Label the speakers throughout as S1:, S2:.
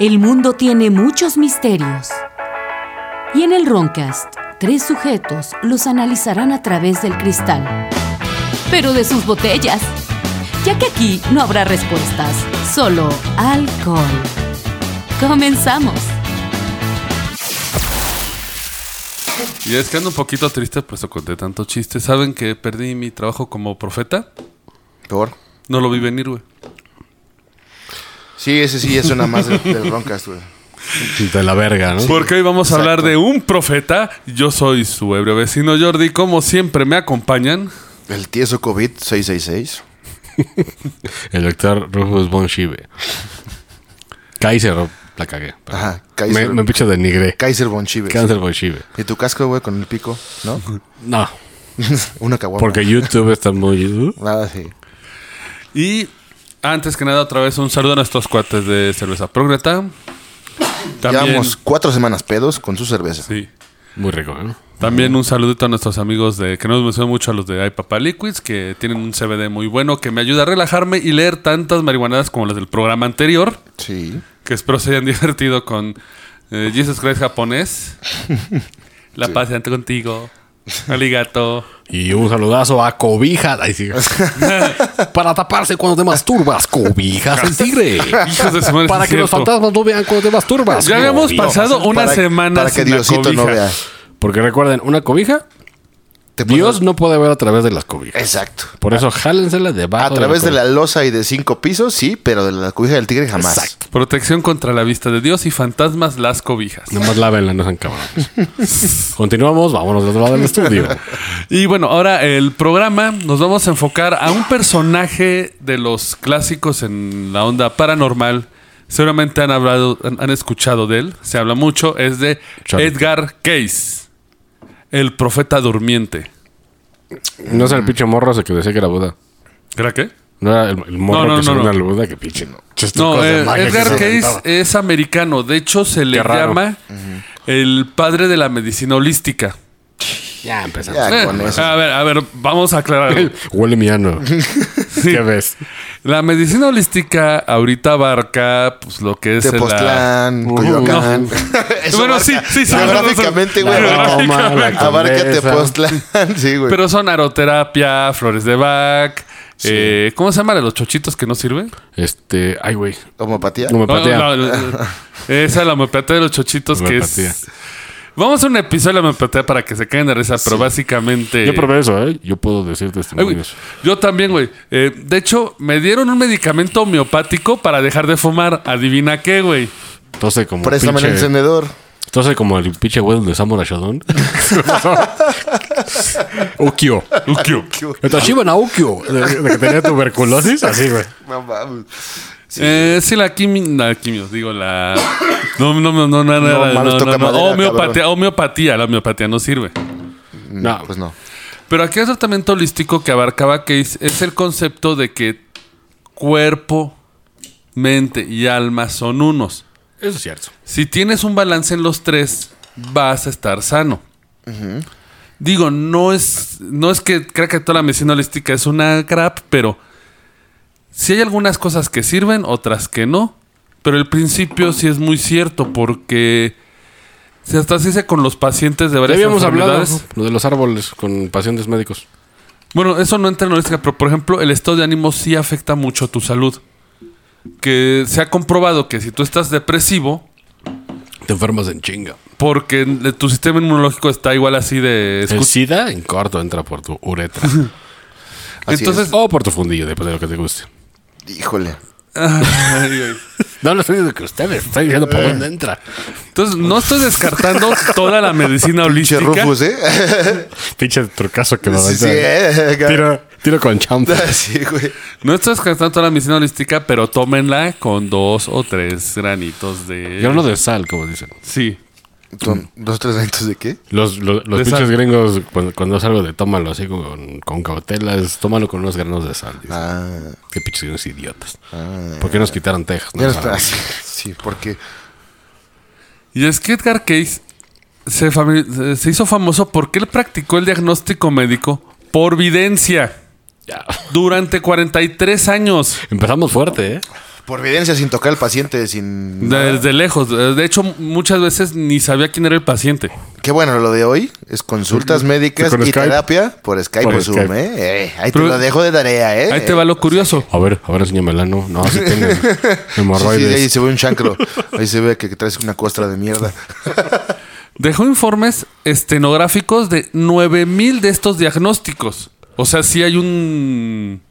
S1: El mundo tiene muchos misterios. Y en el Roncast, tres sujetos los analizarán a través del cristal. Pero de sus botellas. Ya que aquí no habrá respuestas, solo alcohol. Comenzamos.
S2: Y es que ando un poquito triste, pues conté tanto chiste. ¿Saben que perdí mi trabajo como profeta?
S3: Thor.
S2: No lo vi venir, güey.
S3: Sí, ese sí es una más del, del Roncast, güey.
S4: De la verga, ¿no?
S2: Porque hoy vamos a hablar de un profeta. Yo soy su ebrio vecino Jordi. Como siempre me acompañan.
S3: El tieso COVID 666.
S4: El doctor Rufus von Schive. Kaiser, la cagué. perdón.
S3: Ajá,
S4: Me,
S3: Kaiser.
S4: me pinche denigré.
S3: Kaiser von Chives.
S4: Kaiser von Schive.
S3: Y tu casco, güey, con el pico, ¿no?
S4: No,
S3: Una caguama.
S4: porque YouTube está muy...
S3: Nada, sí.
S2: Y antes que nada, otra vez un saludo a nuestros cuates de cerveza progreta. También,
S3: Llevamos cuatro semanas pedos con su cerveza.
S2: sí.
S4: Muy rico, ¿no?
S2: También un saludito a nuestros amigos de que nos mencionan mucho a los de Ay Papá Liquids, que tienen un CBD muy bueno que me ayuda a relajarme y leer tantas marihuanadas como las del programa anterior,
S3: Sí.
S2: que espero se hayan divertido con eh, Jesus Christ japonés. La paz sea contigo. Aligato.
S4: Y un saludazo a Cobijas. Ay, sí. Para taparse cuando te masturbas, Cobijas el tigre.
S2: Hijos de su madre,
S4: Para
S2: sí
S4: que
S2: es
S4: los
S2: cierto.
S4: fantasmas no vean cuando te masturbas.
S2: Ya habíamos
S4: Cobijas.
S2: pasado una
S3: Para-
S2: semana
S3: Para que
S2: sin la
S3: Diosito no
S2: cobija.
S3: vea.
S4: Porque recuerden, una cobija,
S3: Te pones-
S4: Dios no puede ver a través de las cobijas.
S3: Exacto.
S4: Por eso, jálensela debajo
S3: A través de
S4: cobija.
S3: la losa y de cinco pisos, sí, pero de la cobija del tigre jamás.
S4: Exacto.
S2: Protección contra la vista de Dios y fantasmas las cobijas.
S4: Nomás lávenla, no sean cabrones. Continuamos, vámonos del otro lado del estudio.
S2: Y bueno, ahora el programa nos vamos a enfocar a un personaje de los clásicos en la onda paranormal. Seguramente han hablado, han, han escuchado de él, se habla mucho, es de
S4: Charlie.
S2: Edgar Case, el profeta durmiente.
S4: No es el pinche morro ese que decía que era Buda.
S2: ¿Era qué?
S4: No era el, el morro
S2: No, no,
S4: que
S2: no,
S4: según
S2: no.
S4: era el Buda, que pinche no. Chas-
S2: No,
S4: cosas de
S2: eh,
S4: magia que
S2: Edgar
S4: se
S2: Case
S4: inventaba.
S2: es americano, de hecho se le
S4: Qué raro.
S2: llama el padre de la medicina holística.
S4: Ya empezamos.
S3: Ya,
S2: Eh,
S3: con eso.
S2: a ver, a ver, vamos a aclarar. algo.
S4: Huele mi ano. ¿Qué ves?
S2: La medicina holística ahorita abarca pues, lo que es la...
S3: Tepoztlán,
S4: Uh,
S3: Coyoacán.
S2: no.
S3: Eso
S2: Bueno,
S3: abarca-
S2: sí, sí, sí,
S3: Geográficamente,
S2: no, no,
S3: güey.
S2: no.
S3: abarca-
S4: Roma, la
S3: Abarca
S4: Condesa.
S3: Tepoztlán. Sí, güey.
S2: Pero son aroterapia, flores de Bach, eh, ¿cómo se llaman los chochitos que no sirven?
S4: Este, ay, güey.
S3: Homopatía.
S4: No me patea.
S2: No, no, no, esa es la homeopatía de los chochitos que es...
S4: Homeopatía.
S2: Vamos a un episodio de la homeopatía para que se caigan de risa, pero básicamente...
S4: Yo probé eso, ¿eh? Yo puedo decir
S2: Ay, güey,
S4: testimonios.
S2: yo también, güey. Eh, de hecho, me dieron un medicamento homeopático para dejar de fumar. Adivina qué, güey.
S4: Entonces, como.
S3: Préstame el
S4: Pinche,
S3: encendedor.
S4: entonces, como el pinche güey de Samurai Shodown. Ukio. Ukio. Entonces, iban a Ukio. De, de que tenía tuberculosis, así, güey.
S3: No mames.
S2: Sí, eh, sí la quimio, la quimio, digo, la... No, no, no, no, no, no, no,
S3: mames,
S2: no, no.
S3: toca madera,
S2: Homeopatía,
S3: cabrón.
S2: homeopatía, la homeopatía no sirve.
S4: No,
S3: Pues no.
S2: Pero aquí el tratamiento holístico que abarcaba Case es el concepto de que cuerpo, mente y alma son unos.
S4: Eso es cierto.
S2: Si tienes un balance en los tres, vas a estar sano. Digo, no es, no es que crea que toda la medicina holística es una crap, pero si hay algunas cosas que sirven, otras que no. Pero el principio sí es muy cierto, porque si hasta se hace con los pacientes de
S4: Ya
S2: varias
S4: habíamos hablado
S2: enfermedades.
S4: lo de los árboles con pacientes médicos.
S2: Bueno, eso no entra en la holística, pero por ejemplo, el estado de ánimo sí afecta mucho tu salud. Que se ha comprobado que si tú estás depresivo,
S4: Te enfermas en chinga.
S2: porque de- tu sistema inmunológico está igual así de...
S4: El
S2: escu-
S4: SIDA en corto entra por tu uretra.
S3: Así
S2: Entonces,
S4: o por tu fundillo, depende de lo que te guste.
S3: Híjole.
S2: Ay, güey.
S4: No lo estoy diciendo que ustedes, estoy diciendo por dónde entra.
S2: entonces no estoy descartando toda la medicina
S3: Che
S2: holística.
S3: Rufus, ¿eh?
S4: Pinche trucazo que me
S3: Sí,
S4: vas
S3: sí,
S4: a
S3: eh,
S4: tiro, tiro con champa.
S3: Sí, güey.
S2: No estoy descartando toda la medicina holística, pero tómenla con dos o tres granitos de...
S4: Yo hablo de sal, como dicen.
S2: Sí.
S3: Son ¿Dos, tres lentos de qué?
S4: Los, los, los
S2: De
S4: pinches
S2: sal.
S4: gringos, cuando, cuando es algo de tómalo así con, con cautelas, tómalo con unos granos de sal. dicen.
S3: Ah.
S4: Qué pinches gringos idiotas. ¿Por qué nos quitaron Texas? No
S3: Ya no
S4: saben.
S3: está. Sí, sí, porque.
S2: Y es que Edgar Case se, fami- se hizo famoso porque él practicó el diagnóstico médico por videncia
S4: Ya.
S2: durante 43 años.
S4: Empezamos fuerte, ¿eh?
S3: Por evidencia, sin tocar al paciente, sin...
S2: Desde lejos. De hecho, muchas veces ni sabía quién era el paciente.
S3: Qué bueno lo de hoy es consultas médicas
S4: con
S3: y
S4: Skype.
S3: terapia por Skype
S4: Por
S3: o Zoom,
S4: Skype.
S3: ¿eh? Eh, Ahí te
S2: Pero-
S3: lo dejo de tarea, ¿eh?
S2: Ahí te va lo curioso.
S4: A ver, a ver, enséñamela, no. No, si tengo
S3: Sí, sí, ahí
S4: hemorroides.
S3: se ve un chancro. Ahí se ve que, que traes una costra de mierda.
S2: Dejó informes estenográficos de 9000 de estos diagnósticos. O sea, sí hay un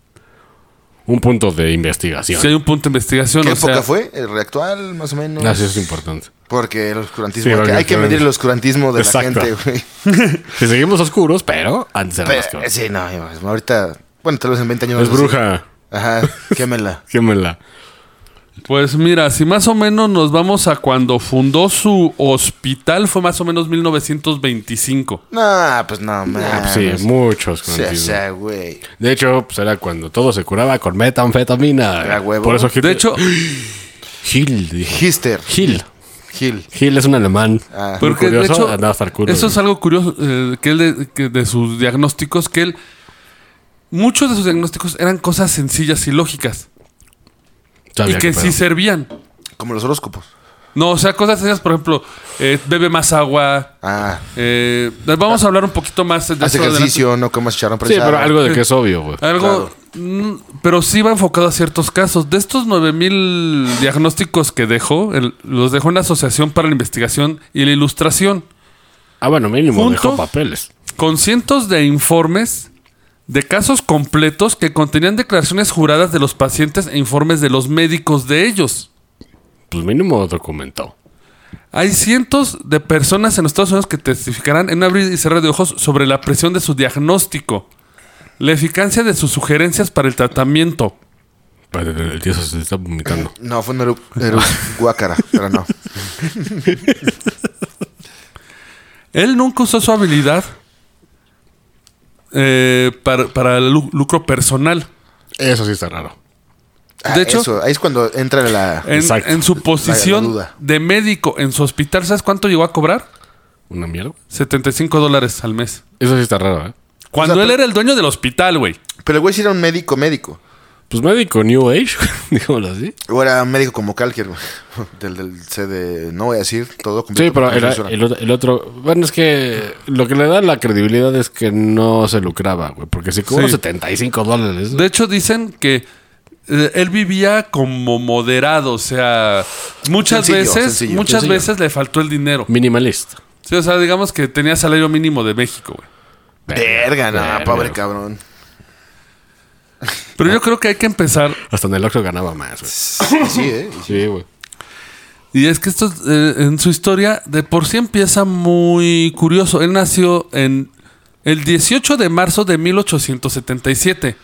S4: Un punto de investigación.
S2: sí hay un punto de investigación.
S3: ¿Qué
S2: o sea,
S3: época fue? ¿El reactual, más o menos?
S4: Ah, sí, eso es importante.
S3: Porque el oscurantismo...
S4: Sí,
S3: hay, que,
S4: porque-
S3: hay que medir el oscurantismo de
S4: Exacto.
S3: la gente, güey.
S4: Si seguimos oscuros, pero antes era más que
S3: Pero- Sí, no, pues, ahorita... Bueno, tal vez en 20 años...
S4: Es
S3: no sé.
S4: bruja.
S3: Ajá, quémela.
S4: Quémela.
S2: Pues mira, si más o menos nos vamos a cuando fundó su hospital, fue más o menos 1925.
S3: No, pues no, man.
S4: Ah, pues sí, muchos
S3: O sea, o
S4: conocidos.
S3: sea, güey.
S4: De hecho, pues era cuando todo se curaba con metanfetamina.
S3: Ah, huevo.
S4: Por eso Gil.
S2: De hecho,
S4: Gil. dije.
S3: Hister.
S4: Gil.
S3: Gil.
S4: Gil es un alemán.
S3: Ah.
S4: Muy
S2: porque de
S4: curioso,
S2: hecho,
S4: andaba hasta el culo.
S2: eso es algo curioso eh, que él de, que de sus diagnósticos, que él, muchos de sus diagnósticos eran cosas sencillas y lógicas,
S4: Sabía
S2: y que
S4: qué
S2: sí
S4: pedo.
S2: servían.
S3: Como los horóscopos.
S2: No, o sea, cosas sencillas, por ejemplo, eh, bebe más agua.
S3: Ah.
S2: eh, vamos a hablar un poquito más de
S3: Haz
S2: eso adelante.
S3: ejercicio, no comas charrón
S4: Sí, pero algo de que es
S2: Ah.
S4: obvio, pues. güey.
S2: Algo, mm, pero sí va enfocado a ciertos casos. De estos 9000 diagnósticos que dejó, el- los dejó en la Asociación para la Investigación y la Ilustración,
S4: Ah, bueno, mínimo
S2: Junto.
S4: dejó papeles.
S2: con cientos de informes de casos completos que contenían declaraciones juradas de los pacientes e informes de los médicos de ellos.
S4: Pues mínimo documentó.
S2: Hay cientos de personas en los Estados Unidos que testificarán en un abrir y cerrar de ojos sobre la presión de su diagnóstico, la eficacia de sus sugerencias para el tratamiento.
S4: Pero el tío se está vomitando.
S3: No, fue un eru, eru- guácara, pero no.
S2: Él nunca usó su habilidad eh, para, para el lu- lucro personal.
S4: Eso sí está raro.
S3: Ah,
S2: De hecho- Eh.
S3: eso, ahí es cuando entra la.
S2: En,
S4: Exacto.
S2: en su
S3: La
S2: posición
S3: duda.
S2: de médico en su hospital, ¿sabes cuánto llegó a cobrar?
S4: ¿Una mierda?
S2: 75 dólares al mes.
S4: Eso sí está raro, ¿eh?
S2: Cuando
S3: O sea,
S2: él
S3: pero-
S2: era el dueño del hospital, güey.
S3: Pero el güey sí era un médico médico.
S4: Pues médico New Age, digámoslo así.
S3: O era un médico como cualquier. güey. Del, del CD. No voy a decir todo
S4: Sí,
S3: completo
S4: pero
S3: porque
S4: era
S3: censura.
S4: el, otro- el otro... Bueno, es que lo que le da la credibilidad es que no se lucraba, güey. Porque si cobró
S2: Sí.
S4: 75 dólares...
S2: De hecho, dicen que eh, él vivía como moderado, o sea, muchas
S3: Sencillo,
S2: veces,
S3: sencillo,
S2: muchas
S4: sencillo.
S2: veces le faltó el dinero.
S4: Minimalista.
S2: Sí, o sea, digamos que tenía salario mínimo de México, güey.
S3: Verga, no,
S4: Verga.
S3: pobre cabrón. Ah.
S2: Pero yo creo que hay que empezar
S4: Hasta en el Oxxo ganaba más, güey.
S3: Sí, sí, ¿eh?
S4: Sí, güey.
S2: Y es que esto es, eh, en su historia de por sí empieza muy curioso. Él nació en el 18 de marzo de 1877,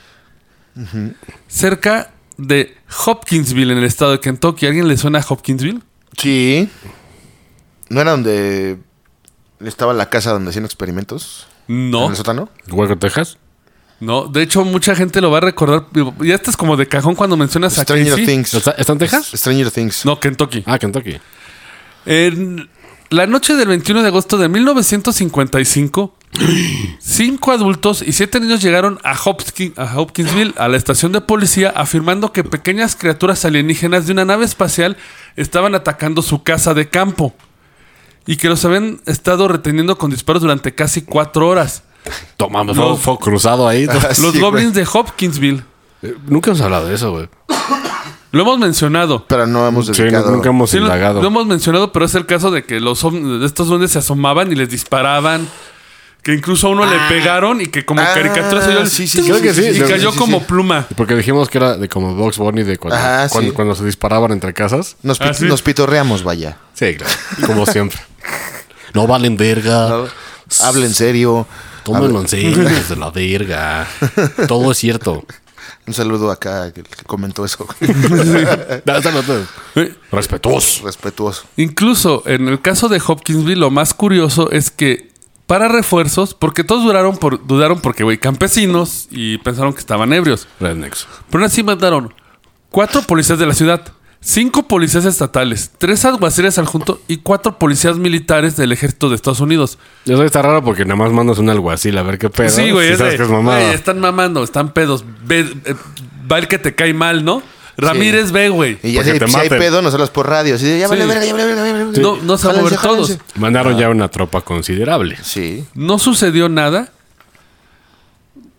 S2: cerca de Hopkinsville, en el estado de Kentucky. ¿Alguien le suena a Hopkinsville?
S3: Sí. ¿No era donde estaba la casa donde hacían experimentos?
S2: No,
S3: ¿En el sótano?
S4: ¿Hueco, Texas?
S2: no. De hecho, mucha gente lo va a recordar. Ya estás como de cajón cuando mencionas a
S3: Stranger
S2: Casey.
S3: Things.
S4: ¿Está, está en Texas?
S3: Stranger Things.
S2: No, Kentucky.
S4: Ah, Kentucky.
S2: En la noche del 21 de agosto de 1955, cinco adultos y siete niños llegaron a, Hopkin- a Hopkinsville, a la estación de policía, afirmando que pequeñas criaturas alienígenas de una nave espacial estaban atacando su casa de campo y que los habían estado reteniendo con disparos durante casi cuatro horas.
S4: Tomamos
S2: No.
S4: fue, fue cruzado ahí.
S3: Así,
S2: Los
S3: güey.
S2: goblins de Hopkinsville.
S4: Eh, Nunca hemos hablado de eso, güey.
S2: Lo hemos mencionado.
S3: Pero no hemos
S4: Sí, no-
S3: dedicado.
S4: nunca
S2: Pues
S4: hemos
S2: Sí, lo,
S4: indagado.
S2: lo hemos mencionado, pero es el caso de que los om- de estos duendes se asomaban y les disparaban. Que incluso a uno le pegaron y que como
S3: Ah,
S2: caricatura se oyó el-
S3: sí, sí, sí, Creo
S4: que sí,
S2: Y
S4: sí,
S2: cayó
S3: sí, sí,
S2: como
S3: sí.
S2: pluma.
S4: Porque dijimos que era de como Box Bunny de cuando,
S3: Ajá,
S4: cuando,
S3: sí.
S4: cuando se disparaban entre casas.
S3: Nos,
S2: Ah,
S3: pit-
S2: ¿sí?
S3: nos pitorreamos, vaya.
S4: Sí, claro. Como siempre. No valen verga.
S3: Habla en serio.
S4: Tómenlo en serio, hijos de la verga. Todo es cierto.
S3: Un saludo acá que que comentó eso.
S4: Dáselo todo.
S2: Eh,
S4: Respetuoso.
S3: Respetuoso.
S2: Incluso en el caso de Hopkinsville, lo más curioso es que para refuerzos, porque todos duraron por, dudaron porque, güey, campesinos y pensaron que estaban ebrios.
S4: Rednecks.
S2: Pero aún así mandaron cuatro policías de la ciudad, cinco policías estatales, tres alguaciles al junto y cuatro policías militares del ejército de Estados Unidos.
S4: Yo sé que está raro porque nada más mandas un alguacil a ver qué pedo.
S2: sí, güey,
S4: Si
S2: es
S4: sabes
S2: de,
S4: que es mamada.
S2: "Güey, están mamando, están pedos. Ve, eh, va el que te cae mal, ¿no? Ramírez ve, güey.
S3: Y ya
S4: Porque
S3: si,
S4: te
S3: si hay
S4: maten.
S3: pedo, nos hablas por radio. Así de, ya vale,
S2: Sí.
S3: verga, ya vale, verga, ya vale, verga.
S2: No- no se va a mover
S3: Jálense, jálense.
S2: todos.
S4: Mandaron ya una tropa considerable.
S3: Sí.
S2: No sucedió nada.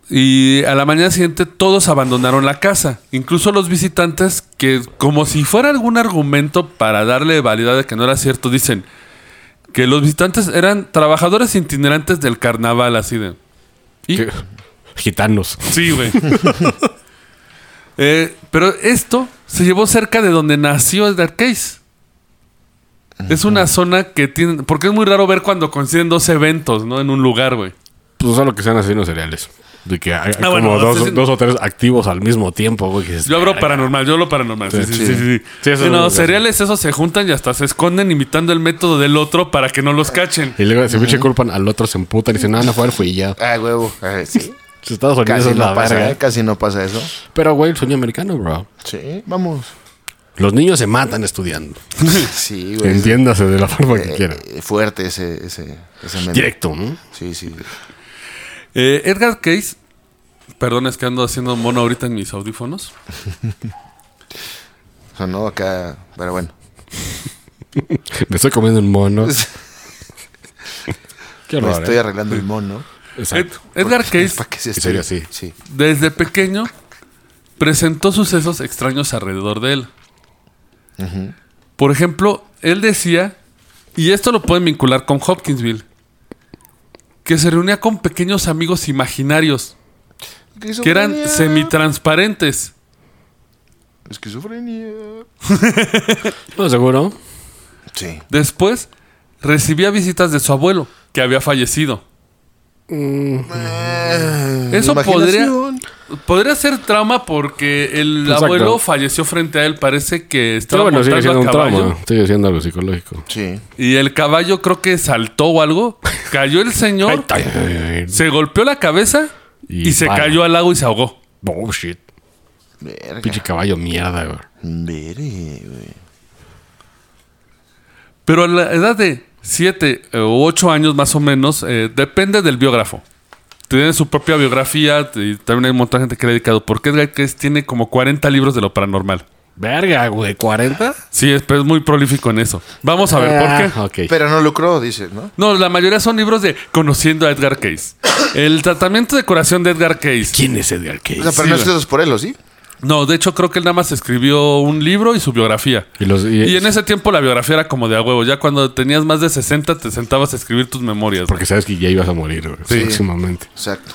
S2: Y a la mañana siguiente todos abandonaron la casa. Incluso los visitantes que, como si fuera algún argumento para darle validad de que no era cierto, dicen que los visitantes eran trabajadores itinerantes del carnaval, así de... ¿Y?
S4: Que- Gitanos.
S2: Sí, güey. Eh, pero esto se llevó cerca de donde nació el Dark Case. Es una zona que tiene... Porque es muy raro ver cuando coinciden dos eventos, ¿no? En un lugar, güey.
S4: Pues solo que sean asesinos cereales. De que hay, hay
S2: Ah,
S4: como
S2: bueno,
S4: dos,
S2: asesin-
S4: dos o tres activos al mismo tiempo, güey. que dices,
S2: Yo abro
S4: "Verga".
S2: paranormal, yo hablo paranormal. Sí, sí, sí. sí, sí.
S4: Sí, eso
S2: Sí, no,
S4: es lo
S2: los
S4: que
S2: cereales esos se juntan y hasta se esconden imitando el método del otro para que no los cachen.
S4: Y luego se pinche culpan al otro, se emputan y dicen, no, no fue él, fui yo.
S3: Ah, huevo. Ah, sí.
S4: Los Estados Unidos
S3: Casi
S4: es la
S3: no pasa,
S4: verga.
S3: ¿eh? Casi no pasa eso.
S4: Pero, güey, el sueño americano, bro.
S3: Sí, vamos.
S4: Los niños se matan estudiando.
S3: Sí, güey.
S4: Entiéndase de la forma que
S3: Eh,
S4: quieran.
S3: eh, fuerte ese, ese, ese menú.
S4: Directo, ¿no?
S3: Sí, sí.
S2: Eh, Edgar Case, perdón, es que ando haciendo mono ahorita en mis audífonos.
S3: Sonó acá, pero bueno.
S4: Me estoy comiendo un mono. Qué
S3: Me
S4: horror,
S3: estoy
S4: ¿eh?
S3: arreglando el mono.
S4: Exacto.
S2: Ed- Edgar Case,
S3: Para que se
S4: serio,
S3: estire.
S4: sí.
S3: Sí.
S2: desde pequeño, presentó sucesos extraños alrededor de él. Por ejemplo, él decía, y esto lo pueden vincular con Hopkinsville, que se reunía con pequeños amigos imaginarios que eran semitransparentes.
S3: Esquizofrenia.
S4: No, seguro.
S3: Sí.
S2: Después recibía visitas de su abuelo, que había fallecido. Eso podría,
S3: Imaginación.
S2: podría ser trauma porque el
S4: Exacto.
S2: abuelo falleció frente a él. Parece que
S4: Pero
S2: estaba
S4: bueno, sigue
S2: montando a
S4: siendo un
S2: caballo.
S4: trauma. Sigue siendo algo psicológico.
S3: Sí.
S2: Y el caballo creo que saltó o algo. Cayó el señor,
S4: Ay, ay, ay.
S2: se golpeó la cabeza y,
S4: Y
S2: se
S4: para.
S2: cayó al lago y se ahogó.
S4: Bullshit.
S3: Verga.
S4: Pinche caballo mierda, güey.
S3: Verga, güey.
S2: Pero a la edad de 7 o 8 años más o menos, eh, depende del biógrafo. Tiene su propia biografía y también hay un montón de gente que le ha dedicado. Porque Edgar Case tiene como 40 libros de lo paranormal.
S4: Verga, güey. ¿40?
S2: Sí, es, pero es muy prolífico en eso. Vamos a ver, ¿por qué?
S4: ¿por qué? Ah, Ok.
S3: Pero no lucró, dices, ¿no?
S2: No, la mayoría son libros de Conociendo a Edgar Case. El tratamiento de curación de Edgar Case.
S4: ¿Quién es Edgar
S3: O sea,
S4: Case?
S3: pero no
S2: güey.
S3: escritos por él, ¿o sí?
S2: No, de hecho creo que él nada más escribió un libro y su biografía.
S4: Y los- y-
S2: Y en ese tiempo la biografía era como de a huevo. Ya cuando tenías más de 60 te sentabas a escribir tus memorias.
S4: Porque sabes que ya ibas a morir, güey. Próximamente.
S3: Exacto.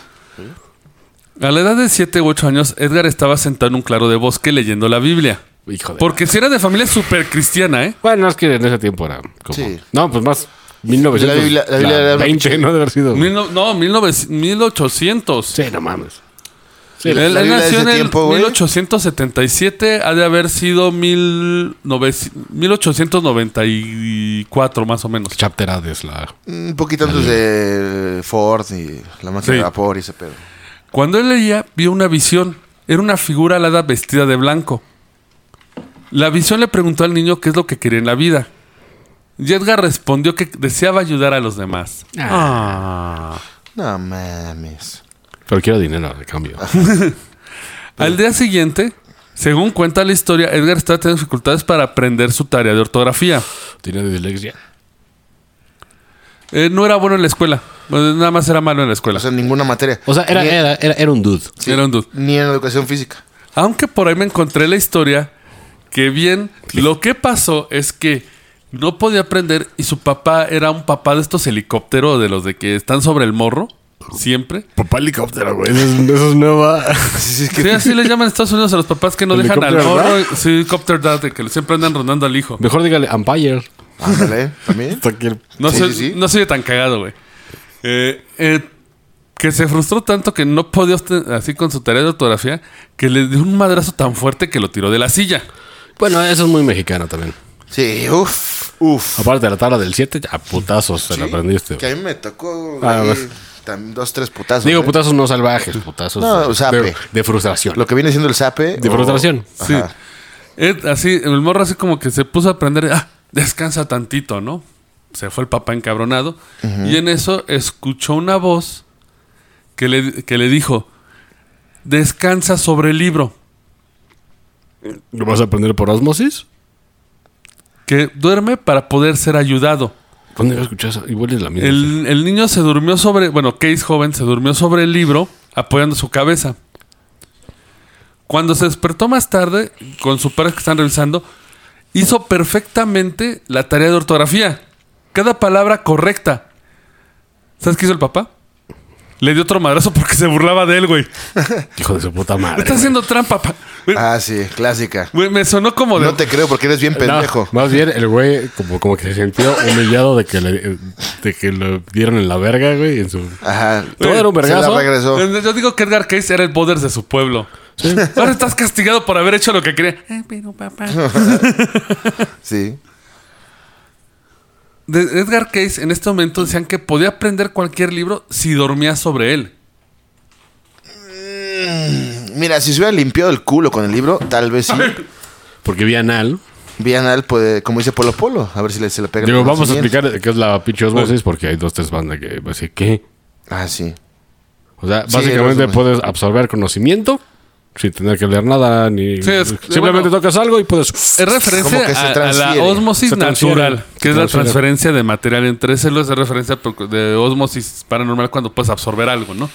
S2: A la edad de 7 u 8 años, Edgar estaba sentado en un claro de bosque leyendo la Biblia.
S4: Hijo de...
S2: Porque si era de familia súper cristiana, ¿eh?
S4: Bueno, es que en ese tiempo era como...
S3: Sí.
S4: No, pues más... 1900...
S3: La Biblia- la Biblia era una
S4: 20, ¿no? De haber sido...
S2: Mil no, no, 1900 1800.
S4: Sí, no mames. Sí,
S2: Él,
S3: la
S2: él
S3: Biblia de
S2: nació en
S3: ese
S2: el
S3: tiempo, güey.
S2: 1877, ha de haber sido 1900 1894 más o menos.
S4: Chapter A es la...
S3: Un poquito antes de Ford y la máquina
S2: Sí.
S3: de vapor y ese pedo.
S2: Cuando él leía, vio una visión. Era una figura alada vestida de blanco. La visión le preguntó al niño qué es lo que quería en la vida. Y Edgar respondió que deseaba ayudar a los demás.
S3: No mames.
S4: Pero quiero dinero de cambio.
S2: Al día siguiente, según cuenta la historia, Edgar está teniendo dificultades para aprender su tarea de ortografía.
S4: ¿Tiene dislexia?
S2: Eh, no era bueno en la escuela. Bueno, nada más era malo en la escuela.
S3: O sea, ninguna materia.
S4: O sea, era,
S3: Ni-
S4: era, era, era un dude.
S2: Era un dude.
S3: Ni en educación física.
S2: Aunque por ahí me encontré la historia que bien, lo que pasó es que no podía aprender y su papá era un papá de estos helicópteros de los de que están sobre el morro siempre.
S4: Papá helicóptero, güey. Eso es, eso es nueva.
S2: Sí, así les llaman en Estados Unidos a los papás que no dejan al
S4: Helicóptero,
S2: morro.
S4: ¿verdad?
S2: Sí, helicóptero dad, de que siempre andan rondando al hijo.
S4: Mejor dígale Empire.
S3: Ándale, también.
S4: Hasta que el-
S2: No,
S3: Sí,
S2: soy,
S3: sí, sí.
S2: no soy tan cagado, güey. Eh, eh, que se frustró tanto que no podía obten- así con su tarea de ortografía que le dio un madrazo tan fuerte que lo tiró de la silla.
S4: Bueno, eso es muy mexicano también.
S3: Sí, uff, uff.
S4: Aparte de la tabla del 7, a putazos te la aprendiste.
S3: Que a mí me tocó
S4: Ah,
S3: ahí,
S4: pues.
S3: tam- dos, tres putazos.
S4: Digo,
S3: ¿eh?
S4: putazos no salvajes, putazos
S3: No,
S4: de-
S3: o sea,
S4: de,
S3: pe-
S4: de frustración.
S3: Lo que viene siendo el oh. sape.
S4: De frustración.
S2: Sí.
S3: Ajá.
S2: Ed, así, el morro así como que se puso a aprender, ah, descansa tantito, ¿no? Se fue el papá encabronado. Y en eso escuchó una voz que le, que le dijo, descansa sobre el libro.
S4: ¿Lo vas a aprender por osmosis?
S2: Que duerme para poder ser ayudado.
S4: ¿Dónde lo escuchas? Igual es la misma.
S2: El, el niño se durmió sobre, bueno, Case joven se durmió sobre el libro apoyando su cabeza. Cuando se despertó más tarde, con su padre que están revisando, hizo perfectamente la tarea de ortografía. Cada palabra correcta. ¿Sabes qué hizo el papá? Le dio otro madrazo porque se burlaba de él, güey.
S4: Hijo de su puta madre.
S2: Está haciendo trampa, papá. Güey,
S3: Ah, sí, clásica.
S2: güey, me sonó como de...
S3: No te creo porque eres bien
S4: No,
S3: pendejo.
S4: más bien, el güey como, como que se sintió humillado de que, le, de que lo dieron en la verga, güey. En su...
S3: Ajá.
S4: Todo era un
S3: Se
S4: vergazo.
S3: la regresó.
S2: Yo digo que Edgar Case era el Boders de su pueblo. Ahora estás castigado por haber hecho lo que quería. Eh, pero papá...
S3: Sí.
S2: De Edgar Case en este momento decían que podía aprender cualquier libro si dormía sobre él.
S3: Mira, si se hubiera limpiado el culo con el libro, tal vez sí.
S4: Porque vi anal.
S3: Bianal puede, como dice Polo Polo, a ver si le, se le pega. el
S4: Digo, vamos a
S3: conocimiento.
S4: explicar qué es la pinche osmosis porque hay dos, tres bandas que van a decir, ¿qué?
S3: Ah, sí.
S4: O sea,
S3: Sí,
S4: básicamente
S3: los-
S4: puedes absorber conocimiento sin tener que leer nada ni...
S2: Sí, es-
S4: simplemente
S2: bueno.
S4: tocas algo y puedes...
S2: Es referencia
S3: Como que se
S2: a- a, la
S3: transfiere.
S2: osmosis
S4: Se transfiere.
S2: natural,
S4: Se
S2: que es la
S4: transfiere.
S2: transferencia de material entre células, es referencia por- de osmosis paranormal cuando puedes absorber algo, ¿no?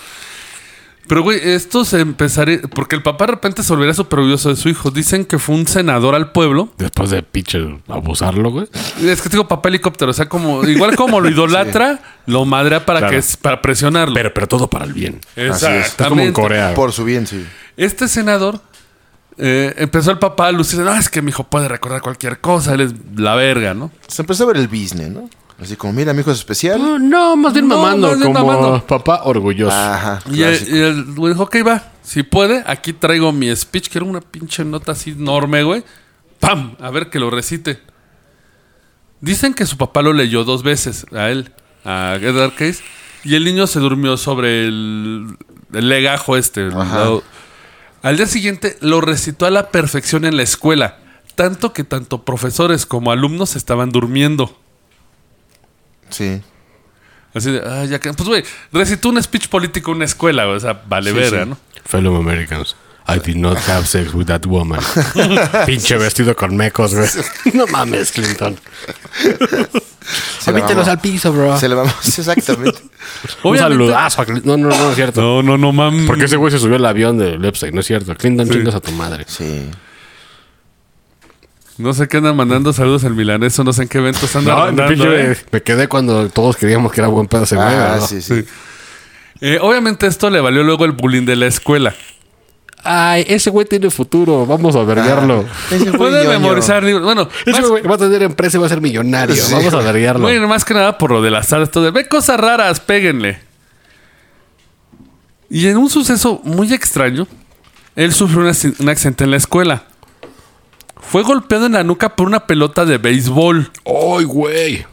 S2: Pero, güey, esto se empezaría. Porque el papá de repente se volvería súper orgulloso de su hijo. Dicen que fue un senador al pueblo.
S4: Después de pinche abusarlo, güey.
S2: Es que digo papá helicóptero. O sea, como igual como lo idolatra, lo madrea para,
S4: Claro.
S2: que, para presionarlo.
S4: Pero, pero todo para el bien.
S2: Eh.
S4: Está como en
S2: Exactamente.
S4: Corea.
S3: Por su bien, sí.
S2: Este senador eh, empezó el papá a lucir. No, es que mi hijo puede recordar cualquier cosa. Él es la verga, ¿no?
S3: Se empezó a ver el business, ¿no? Así como, mira, mi hijo es especial.
S2: Mm.
S4: No, no, más bien
S2: No,
S4: mamando,
S2: más bien
S4: como
S2: mamando. Ah.
S4: papá orgulloso.
S3: Ajá.
S2: Y el,
S3: clásico.
S2: y el güey dijo, ok, va. Si puede, aquí traigo mi speech, que era una pinche nota así enorme, güey. ¡Pam! A ver que lo recite. Dicen que su papá lo leyó dos veces a él, a Edgar Case. Y el niño se durmió sobre el, el legajo este. el
S3: Ajá.
S2: lado. Al día siguiente lo recitó a la perfección en la escuela. Tanto que tanto profesores como alumnos estaban durmiendo.
S3: Sí.
S2: Así de, ah, ya que. Pues, güey, recitó un speech político en una escuela, güey, O sea, vale
S3: Sí,
S2: verga,
S3: sí.
S2: ¿no?
S4: Fellow Americans. I did not have sex with that woman. Pinche vestido con mecos, güey. no mames, Clinton.
S3: Se la mamó.
S4: piso, bro.
S3: Se le vamos, exactamente.
S4: Un
S2: Obviamente-
S4: saludazo a Clinton. No, no, no es cierto.
S2: No, no, no mames.
S4: Porque ese güey se subió al avión de Epstein, no es cierto. Clinton, chingas a tu madre.
S3: Sí.
S2: No sé qué andan mandando saludos al milaneso, no sé en qué eventos andan
S4: No,
S2: mandando,
S4: pinche,
S2: ¿eh?
S4: me quedé cuando todos creíamos que era buen pedo ese güey.
S3: Ah,
S4: ¿no?
S3: sí, sí.
S2: Eh, obviamente esto le valió luego el bullying de la escuela.
S4: Ay, ese güey tiene futuro. Vamos a vergarlo.
S3: Ah, Ese güey
S2: Puede
S3: ñoño.
S2: memorizar libros. Bueno,
S4: Ese
S2: más,
S4: güey va a tener empresa y va a ser millonario.
S3: Sí.
S4: Vamos a vergarlo.
S2: bueno, más que nada por lo de las artes. todo de, Ve cosas raras, péguenle. Y en un suceso muy extraño, él sufrió un acc- un accidente en la escuela. Fue golpeado en la nuca por una pelota de béisbol.
S4: ¡Ay, güey!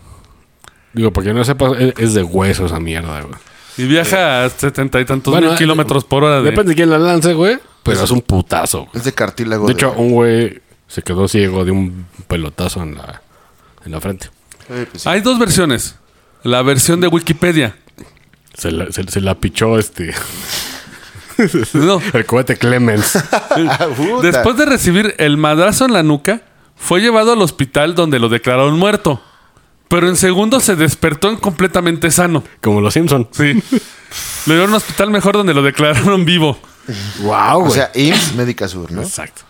S4: Digo, porque no sepas, es- es de hueso esa mierda, güey.
S2: Y viaja a setenta y tantos
S4: Bueno,
S2: mil
S4: eh,
S2: kilómetros por hora. De...
S4: Depende de quién la lance, güey. Pero es un putazo. güey.
S3: Es de cartílago.
S4: De hecho, un güey se quedó ciego de un pelotazo en la, en la frente.
S3: Eh, pues sí.
S2: Hay dos versiones. La versión de Wikipedia.
S4: Se la, se, se la pichó este.
S2: No,
S4: El cohete Clemens.
S3: Ah, puta.
S2: Después de recibir el madrazo en la nuca, fue llevado al hospital donde lo declararon muerto. Pero en segundos se despertó en completamente sano.
S4: Como los Simpson.
S2: Sí. lo llevaron a un hospital mejor donde lo declararon vivo.
S4: ¡Wow,
S3: O
S4: güey!
S3: sea, IMSS, Médica Sur, ¿no?
S4: Exacto.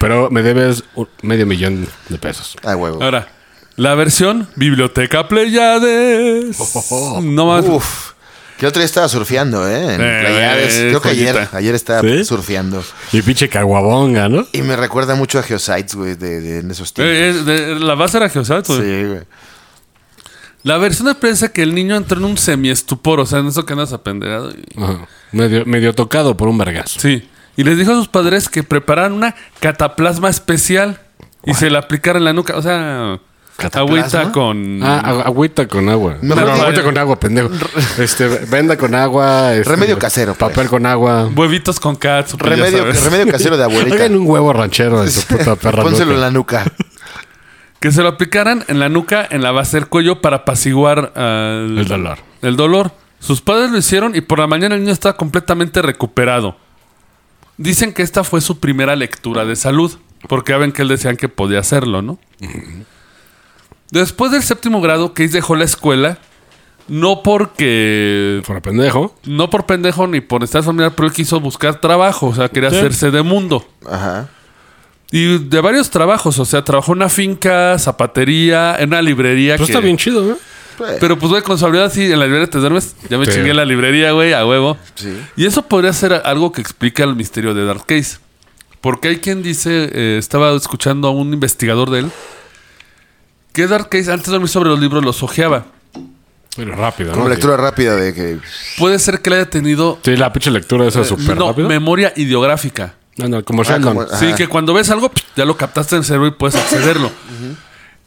S4: Pero me debes un medio millón de pesos.
S3: Ah, huevo.
S2: Ahora, la versión Biblioteca Pleiades. No más.
S3: Uf. Que otro día estaba surfeando, ¿eh? En
S2: Eh,
S3: Playades.
S2: eh,
S3: Creo que ayer,
S2: joyita.
S3: ayer estaba
S4: ¿Sí?
S3: surfeando.
S4: Y pinche caguabonga, ¿no?
S3: Y me recuerda mucho a Geosites, güey, de, de- en esos tiempos.
S2: Eh, eh, de- la base era Geosato.
S3: sí, güey.
S2: La versión expresa que el niño entró en un semiestupor, o sea, en eso que andas apenderado. y-
S4: Ajá. Medio, medio tocado por un vergazo.
S2: Sí. Y les dijo a sus padres que prepararan una cataplasma especial y se la aplicaran en la nuca. O sea,
S3: ¿Cataplasma?
S2: agüita con.
S4: Ah, agu- agüita con agua.
S3: No,
S4: No,
S3: pero-
S4: agüita con agua, pendejo. Este, venda con agua. este,
S3: Remedio casero, pues.
S4: Papel con agua.
S2: Huevitos con cats. pues, ya
S3: Remedio,
S2: sabes.
S3: remedio casero de abuelita.
S4: Hagan un huevo ranchero de su puta perra.
S3: Pónselo en
S4: loca.
S3: la nuca.
S2: Que se lo aplicaran en la nuca, en la base del cuello para apaciguar al-
S4: El dolor.
S2: el dolor. Sus padres lo hicieron y por la mañana el niño estaba completamente recuperado. Dicen que esta fue su primera lectura de salud, porque ya ven que él decían que podía hacerlo, ¿no? Después del séptimo grado, Case dejó la escuela, no porque...
S4: Por pendejo.
S2: No por pendejo ni por estar familiar, pero él quiso buscar trabajo, o sea, quería
S4: Sí.
S2: hacerse de mundo.
S3: Ajá.
S2: Y de varios trabajos, o sea, trabajó en una finca, zapatería, en una librería.
S4: Pero
S2: que-
S4: está bien chido, ¿eh?
S2: Pero pues, güey, con su habilidad sí, en la librería te duermes. Ya me
S4: Sí.
S2: chingué en la librería, güey, a huevo.
S3: Sí.
S2: Y eso podría ser algo que explica el misterio de Dark Case. Porque hay quien dice, eh, estaba escuchando a un investigador de él, que Dark Case antes de dormir sobre los libros los ojeaba.
S4: Pero rápido,
S3: Como
S4: ¿no?
S3: lectura rápida de que.
S2: Puede ser que le haya tenido
S4: Sí, la pinche lectura esa es súper
S2: Eh, no,
S4: rápido.
S2: memoria ideográfica.
S4: No, no, como
S3: Ah,
S4: Sheldon.
S3: como-
S2: Sí,
S3: Ajá.
S2: que cuando ves algo, psh, ya lo captaste en el cerebro y puedes accederlo.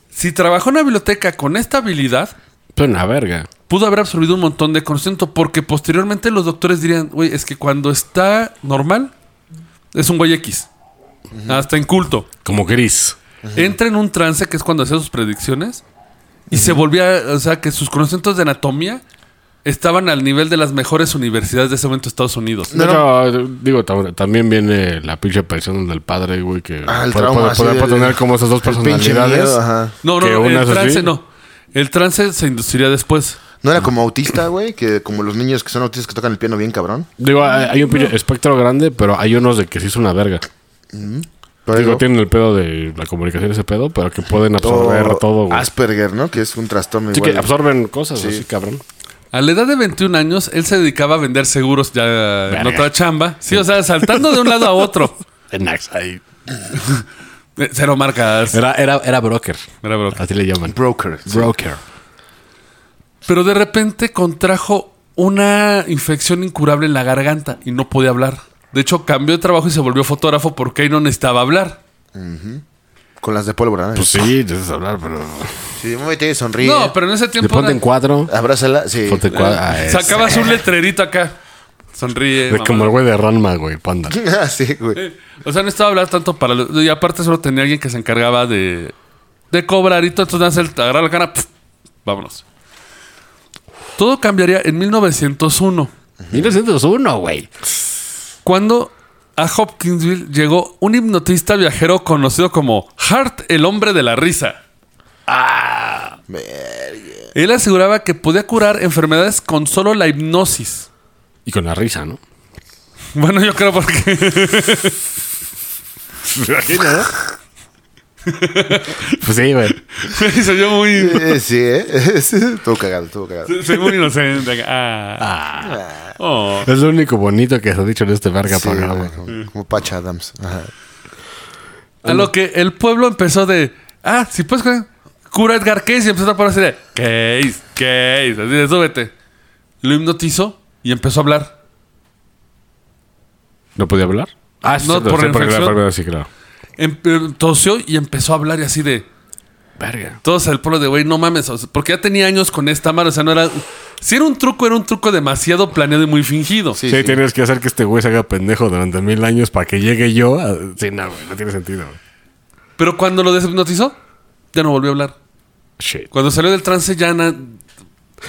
S2: Si trabajó en una biblioteca con esta habilidad,
S4: Pues una verga.
S2: pudo haber absorbido un montón de conocimiento, porque posteriormente los doctores dirían, güey, es que cuando está normal, es un güey X. Hasta inculto.
S4: Como gris.
S2: Entra en un trance, que es cuando hacía sus predicciones, y se volvía, o sea, que sus conocimientos de anatomía estaban al nivel de las mejores universidades de ese momento de Estados Unidos.
S3: No,
S4: No, digo, tam- también viene la pinche aparición del padre, güey, que
S3: Ah, el
S4: puede,
S3: trauma,
S4: puede-
S3: así
S4: puede-
S3: del-
S4: puede tener como esas dos
S3: el pinche miedo,
S4: personalidades.
S3: ajá.
S2: No,
S4: Que
S2: no,
S4: una
S2: el
S4: es así.
S2: trance no. El trance se induciría después.
S3: No era como autista, güey, que como los niños que son autistas que tocan el piano bien cabrón.
S4: Digo, hay, hay un pinche espectro grande, pero hay unos de que sí es una verga.
S3: Pero
S4: Digo,
S3: digo,
S4: tienen el pedo de la comunicación ese pedo, pero que pueden absorber
S3: o
S4: todo, güey.
S3: Asperger, ¿no? Que es un trastorno
S4: Así
S3: Oh, igual.
S4: que absorben cosas, así, cabrón.
S2: A la edad de 21 años, él se dedicaba a vender seguros ya en
S4: Verga.
S2: otra chamba. Sí, o sea, saltando de un lado a otro.
S4: En Axe, ahí.
S2: Eh, Cero marcas.
S4: Era, era, era broker.
S2: Mira, bro.
S4: Así le llaman.
S3: Broker. sí.
S4: Broker.
S2: Pero de repente contrajo una infección incurable en la garganta y no podía hablar. De hecho, cambió de trabajo y se volvió fotógrafo porque ahí no necesitaba hablar.
S3: Con las de pólvora. ¿no?
S4: Pues sí, debes hablar, pero.
S3: sí, muévete, sonríe.
S2: No, pero en ese
S4: De
S2: tiempo.
S4: ponte
S2: era-
S4: en cuadro.
S3: Abrázala, sí.
S4: Ponte en cuadro. Ah, es-
S2: sacabas un letrerito acá. Sonríe.
S4: De
S2: mamá.
S4: como el güey de Ranma, güey, panda.
S3: Ah, sí, güey.
S2: O sea, no estaba hablar tanto para. lo- Y aparte, solo tenía alguien que se encargaba de. De cobrar y todo. Entonces, él te agarra la cara. pf, vámonos. Todo cambiaría en 1901.
S4: 1901, güey.
S2: Cuando a Hopkinsville llegó un hipnotista viajero conocido como Hart, el hombre de la risa. Él aseguraba que podía curar enfermedades con solo la hipnosis.
S4: Y con la risa, ¿no?
S2: Bueno, yo creo porque
S4: Pues sí, güey.
S2: se oyó muy,
S3: Eh, sí, ¿eh? Sí, estuvo cagado, estuvo cagado.
S2: se oyó muy inocente. Ah. Oh.
S4: Es lo único bonito que se ha dicho en este verga
S3: Sí,
S4: para
S3: güey,
S4: güey.
S3: como, como Pacha Adams. Ajá.
S2: A lo que el pueblo empezó de, ah, si puedes curar, cura a Edgar Case y empezó a poner así de, Case, Case, así de, súbete. Lo hipnotizó y empezó a hablar.
S4: ¿No podía hablar? Ah,
S2: No,
S4: cierto,
S2: por
S4: sí,
S2: la
S4: porque
S2: infección.
S4: enfermedad, sí, claro.
S2: Em- em, tosió y empezó a hablar y así de
S4: Verga.
S2: todos el pueblo de güey, no mames, o sea, porque ya tenía años con esta madre, o sea, no era si era un truco, era un truco demasiado planeado y muy fingido.
S4: Sí,
S3: Sí, sí.
S4: tienes que hacer que este güey se haga pendejo durante mil años para que llegue yo. a- Sí, no, güey, no tiene sentido. güey.
S2: Pero cuando lo deshipnotizó, ya no volvió a hablar.
S4: Shit.
S2: Cuando salió del trance ya na-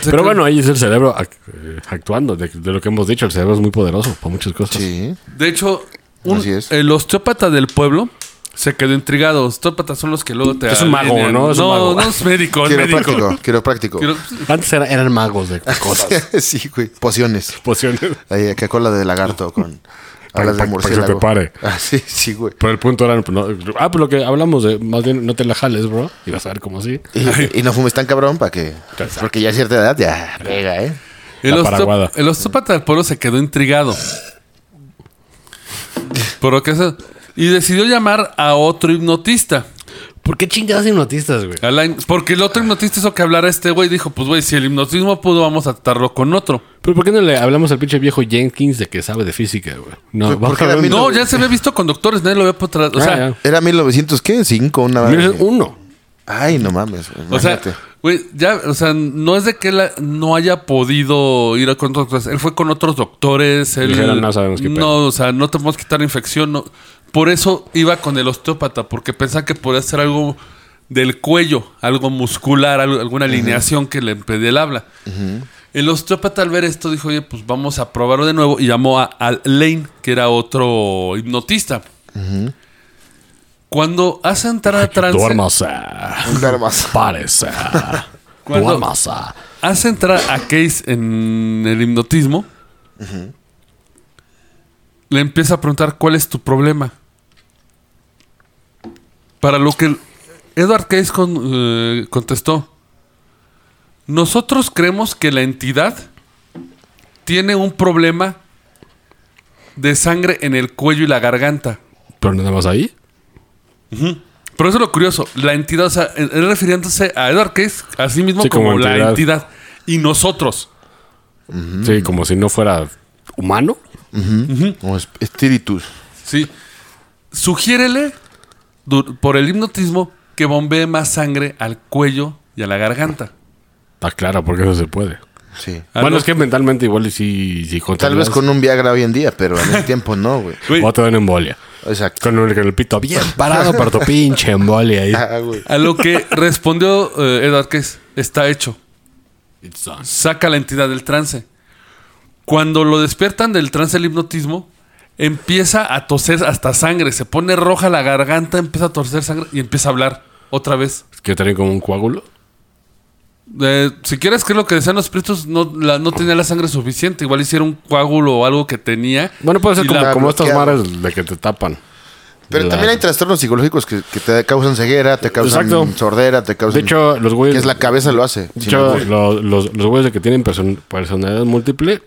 S2: se
S4: Pero
S2: cre-
S4: bueno, ahí es el cerebro ac- eh, actuando, de, de lo que hemos dicho, el cerebro es muy poderoso para muchas cosas.
S3: Sí.
S2: de hecho un-
S3: Así es.
S2: el osteópata del pueblo se quedó intrigado. Osteópatas son los que luego te
S4: Es un mago,
S2: alinean.
S4: ¿no? Es un
S2: no,
S4: mago.
S2: no es médico, es Pues, médico.
S3: Quiropráctico, quiropráctico.
S2: Quiero-
S4: Antes era- eran magos de cosas,
S3: sí, güey. Pociones.
S4: pociones.
S3: Ahí, que cola de lagarto con
S4: Para-
S3: alas de
S4: para- para que se
S3: murciélago.
S4: te pare.
S3: Ah, sí, sí, güey.
S4: Pero el punto era, no, ah, pues lo que hablamos de, más bien, no te la jales, bro. Y vas a ver cómo así.
S3: Y, y no fumes tan cabrón para que... Porque ya a cierta edad ya pega, ¿eh?
S2: El,
S4: La
S2: osteo-
S4: paraguada.
S2: el osteópata del pueblo se quedó intrigado. Por lo que eso- Y decidió llamar a otro hipnotista.
S4: ¿Por qué chingadas hipnotistas, güey?
S2: Alain- porque el otro hipnotista hizo que hablara este güey. Dijo, pues güey, si el hipnotismo pudo, vamos a tratarlo con otro.
S4: Pero ¿por qué no le hablamos al pinche viejo Jenkins de que sabe de física, güey? No,
S3: Pues,
S4: vamos
S3: porque
S4: a
S3: era
S4: ver.
S3: mil-
S2: No, ya se había visto con doctores, nadie lo había podido tratar. O sea,
S4: Ah,
S3: Era 1905, una...
S4: Mira, es uno.
S3: Ay, no mames.
S4: pues,
S2: o sea,
S3: imagínate.
S2: güey, ya, o sea, no es de que él ha- no haya podido ir a con otros doctores. Él fue con otros doctores. Él,
S4: Dijeron, "No sabemos qué pedo".
S2: No, o sea, no te podemos quitar la infección. no. Por eso iba con el osteópata, porque pensaba que podía hacer algo del cuello, algo muscular, algo- alguna alineación que le impedía el habla. El osteópata al ver esto dijo, oye, pues vamos a probarlo de nuevo. Y llamó a Al Lane, que era otro hipnotista. Cuando hace entrar a trance...
S4: Duermas. ah,
S3: Un dar más.
S4: Pares. ah,
S2: Cuando-
S4: Duermas. ah.
S2: Hace entrar a Case en el hipnotismo. Le empieza a preguntar cuál es tu problema. Para lo que Edward Case con- eh, contestó. Nosotros creemos que la entidad tiene un problema de sangre en el cuello y la garganta.
S4: Pero nada más ahí.
S2: Pero eso es lo curioso. La entidad, o sea, él refiriéndose a Edward Case a sí mismo
S4: Sí,
S2: como,
S4: como
S2: la
S4: entidad.
S2: entidad. Y nosotros.
S3: Mm.
S4: Sí, como si no fuera humano.
S3: Como es- espíritus.
S2: Sí. Sugiérele du- por el hipnotismo que bombee más sangre al cuello y a la garganta.
S4: Está claro, porque no se puede.
S3: Sí.
S2: Ah,
S4: bueno,
S2: no.
S4: es que mentalmente igual y si, si
S3: Tal vez
S4: controlas,
S3: con un Viagra hoy en día, pero en el tiempo no, güey.
S2: Güey,
S4: O te dan embolia.
S3: Exacto.
S4: Con el, con el pito bien parado para tu pinche embolia ahí.
S3: Ah, güey.
S2: A lo que respondió eh, Edward Case, está hecho. Saca la entidad del trance. Cuando lo despiertan del trance del hipnotismo, empieza a toser hasta sangre. Se pone roja la garganta, empieza a torcer sangre y empieza a hablar otra vez.
S4: Es Que tiene como un coágulo.
S2: Eh, si quieres que lo que decían los espíritus, no, la- no tenía la sangre suficiente. Igual hicieron un coágulo o algo que tenía.
S4: Bueno, puede ser
S2: Y
S4: como,
S2: la
S4: como estas
S3: bloquearon.
S4: madres de que te tapan.
S3: Pero
S4: La-
S3: también hay trastornos psicológicos que, que te causan ceguera, te causan
S4: Exacto.
S3: sordera, te causan.
S4: De hecho, los
S3: que
S4: güeyes.
S3: es la cabeza lo hace.
S4: de
S3: Si
S4: hecho,
S3: no, güey.
S4: lo- los, los güeyes de que tienen person- personalidad múltiple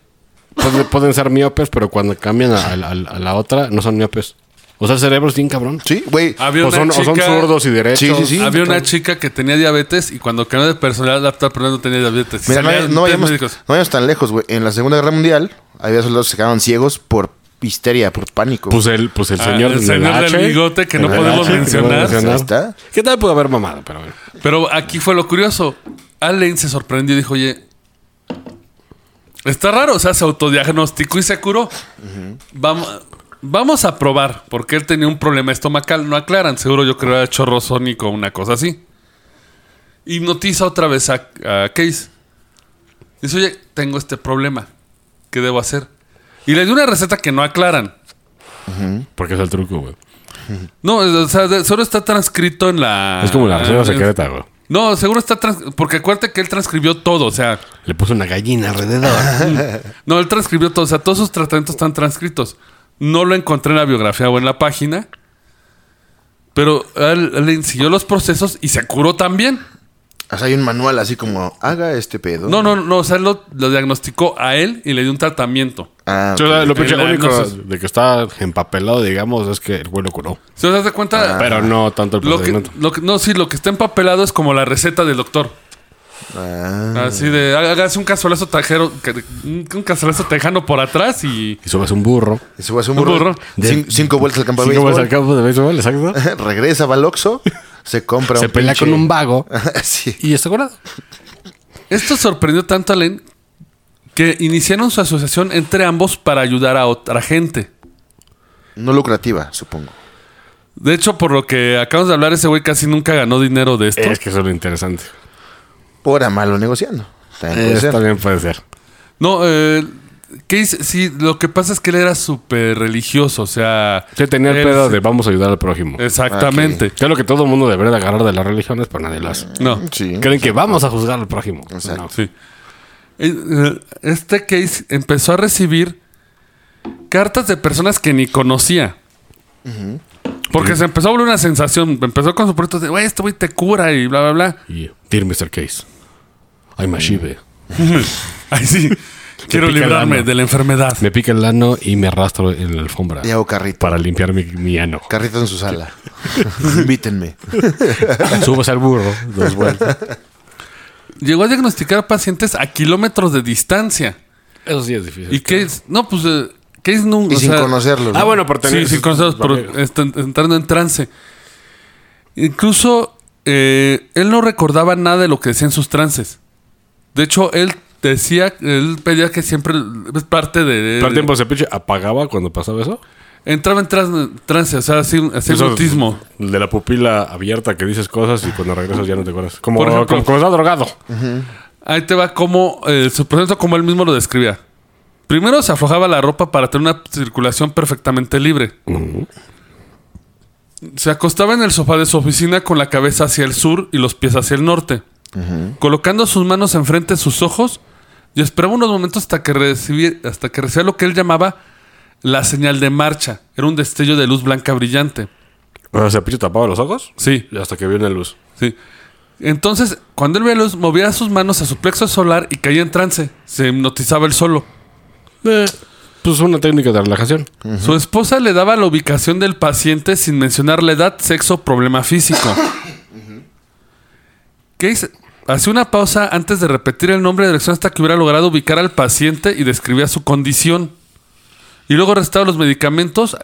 S4: pueden, pueden ser miopes, pero cuando cambian a, a- a la otra no son miopes. O sea, el cerebro es bien cabrón.
S3: sí, güey.
S2: Había
S4: o,
S2: una
S4: son, o
S2: chica,
S4: son zurdos y derechos.
S3: Sí, sí, sí.
S2: había una chica que tenía diabetes y cuando cambió de personalidad adaptada, pero no tenía diabetes.
S3: Mira, no,
S2: Salían
S3: no
S2: tres
S3: vayamos,
S2: médicos.
S3: no vayamos tan lejos, güey. En la Segunda Guerra Mundial había soldados que se quedaban ciegos por histeria, por pánico.
S4: Pues el, pues el
S2: Ah,
S4: señor,
S2: el señor
S4: del,
S2: del
S4: H.
S2: bigote que no
S4: El
S2: podemos
S4: H, que no
S2: mencionar.
S4: podemos
S3: Ahí está.
S4: ¿Qué tal pudo haber mamado? Pero bueno.
S2: Pero aquí fue lo curioso. Allen se sorprendió y dijo, oye, está raro, o sea, se autodiagnosticó y se curó. Vamos... Vamos a probar, porque él tenía un problema estomacal, no aclaran, seguro yo creo era chorro sónico, una cosa así. Hipnotiza otra vez a, a Case. Dice, oye, tengo este problema, ¿qué debo hacer? Y le dio una receta que no aclaran.
S4: Porque es el truco, güey.
S2: No, o sea, de- solo está transcrito en la...
S4: Ah, Es como la reserva
S2: en-
S4: secreta, güey.
S2: No, seguro está... trans- Porque acuérdate que él transcribió todo, o sea...
S4: Le puso una gallina alrededor.
S2: No, él transcribió todo. O sea, todos sus tratamientos están transcritos. No lo encontré en la biografía o en la página. Pero él, él siguió los procesos y se curó también.
S3: O sea, hay un manual así como, haga este pedo.
S2: No, no, no. O sea, él lo, lo diagnosticó a él y le dio un tratamiento.
S3: Ah,
S4: Sí, o sea, lo pinche
S2: En la-
S4: único
S2: no sé.
S4: de que está empapelado, digamos, es que el güey lo curó.
S2: ¿Se das de cuenta?
S4: Ah, Pero no tanto el
S2: Lo que,
S4: procedimiento.
S2: lo que- no, sí, lo que está empapelado es como la receta del doctor.
S3: ah.
S2: Así de, hágase un cazuelazo tajero, un un cazuelazo tejano por atrás y...
S4: Y subes un burro.
S3: Y se fue a hacer un
S2: Un
S3: burro.
S2: burro.
S3: Cin- cinco vueltas al campo de
S4: Así como es al
S3: béisbol.
S4: campo de béisbol, exacto.
S3: Regresa, va al Oxxo, se compra
S4: Se
S3: un
S4: pelea
S3: pinche-
S4: con un vago
S3: sí.
S4: y está curado.
S2: Esto sorprendió tanto a Len que iniciaron su asociación entre ambos para ayudar a otra gente.
S3: No lucrativa, supongo.
S2: De hecho, por lo que acabamos de hablar, ese güey casi nunca ganó dinero de esto.
S4: Es que eso es lo interesante.
S3: Por a malo negociando. También Ah, puede
S4: Eh,
S3: ser.
S4: También puede ser.
S2: No, eh, Case, sí, lo que pasa es que él era súper religioso, o sea...
S4: Sí, tenía el
S2: él-
S4: pedo de vamos a ayudar al próximo. Es,
S2: Exactamente.
S4: lo que todo el mundo debería de agarrar de las religiones, pero nadie lo hace.
S2: No,
S3: Sí.
S4: Creen que vamos a juzgar al prójimo.
S3: Exacto.
S4: No.
S2: sí. Eh, eh, Este Case empezó a recibir cartas de personas que ni conocía. Porque se empezó a volver una sensación. Empezó con su proyecto de, güey, este güey te cura y bla, bla, bla.
S4: Y, dear Mr. Case, I'm
S3: Mm.
S4: a shive.
S2: Ay, sí. Quiero
S4: pica el
S2: librarme
S4: ano.
S2: de la enfermedad.
S4: Me pica el ano y me arrastro en la alfombra
S3: Y hago carrito.
S4: para limpiar mi, mi ano.
S3: Carrito en su sala. Invítenme.
S4: Subes al burro, dos vueltas.
S2: Llegó a diagnosticar pacientes a kilómetros de distancia.
S4: Eso sí es difícil.
S2: Y Case, no, pues eh, Case nunca.
S3: Y sin conocerlos.
S4: Ah,
S3: ¿no?
S4: bueno, por tener.
S2: Sí, sin conocerlos, pero est- entrando en trance. Incluso eh, él no recordaba nada de lo que decían sus trances. De hecho, él decía, él pedía que siempre es parte de.
S4: Todo el tiempo ese pinche apagaba cuando pasaba eso.
S2: Entraba en tran- trance, o sea, así, así
S4: Eso-
S2: hipnotismo.
S4: el De la pupila abierta que dices cosas y cuando regresas ya no te acuerdas. Como,
S2: Por ejemplo-
S4: como, como estás drogado.
S2: Ahí te va como eh, su proceso, como él mismo lo describía. Primero se aflojaba la ropa para tener una circulación perfectamente libre. Se acostaba en el sofá de su oficina con la cabeza hacia el sur y los pies hacia el norte, colocando sus manos enfrente de sus ojos y esperaba unos momentos hasta que, recibí- hasta que recibía lo que él llamaba la señal de marcha. Era un destello de luz blanca brillante.
S4: O sea, se pinche tapaba los ojos
S2: Sí,
S4: y hasta que vio una luz.
S2: Sí. Entonces, cuando él veía luz, movía sus manos a su plexo solar y caía en trance. Se hipnotizaba él solo.
S4: Eh, pues una técnica de relajación.
S2: Su esposa le daba la ubicación del paciente sin mencionar la edad, sexo, problema físico. Case hacía una pausa antes de repetir el nombre y dirección hasta que hubiera logrado ubicar al paciente y describía su condición. Y luego restaba los medicamentos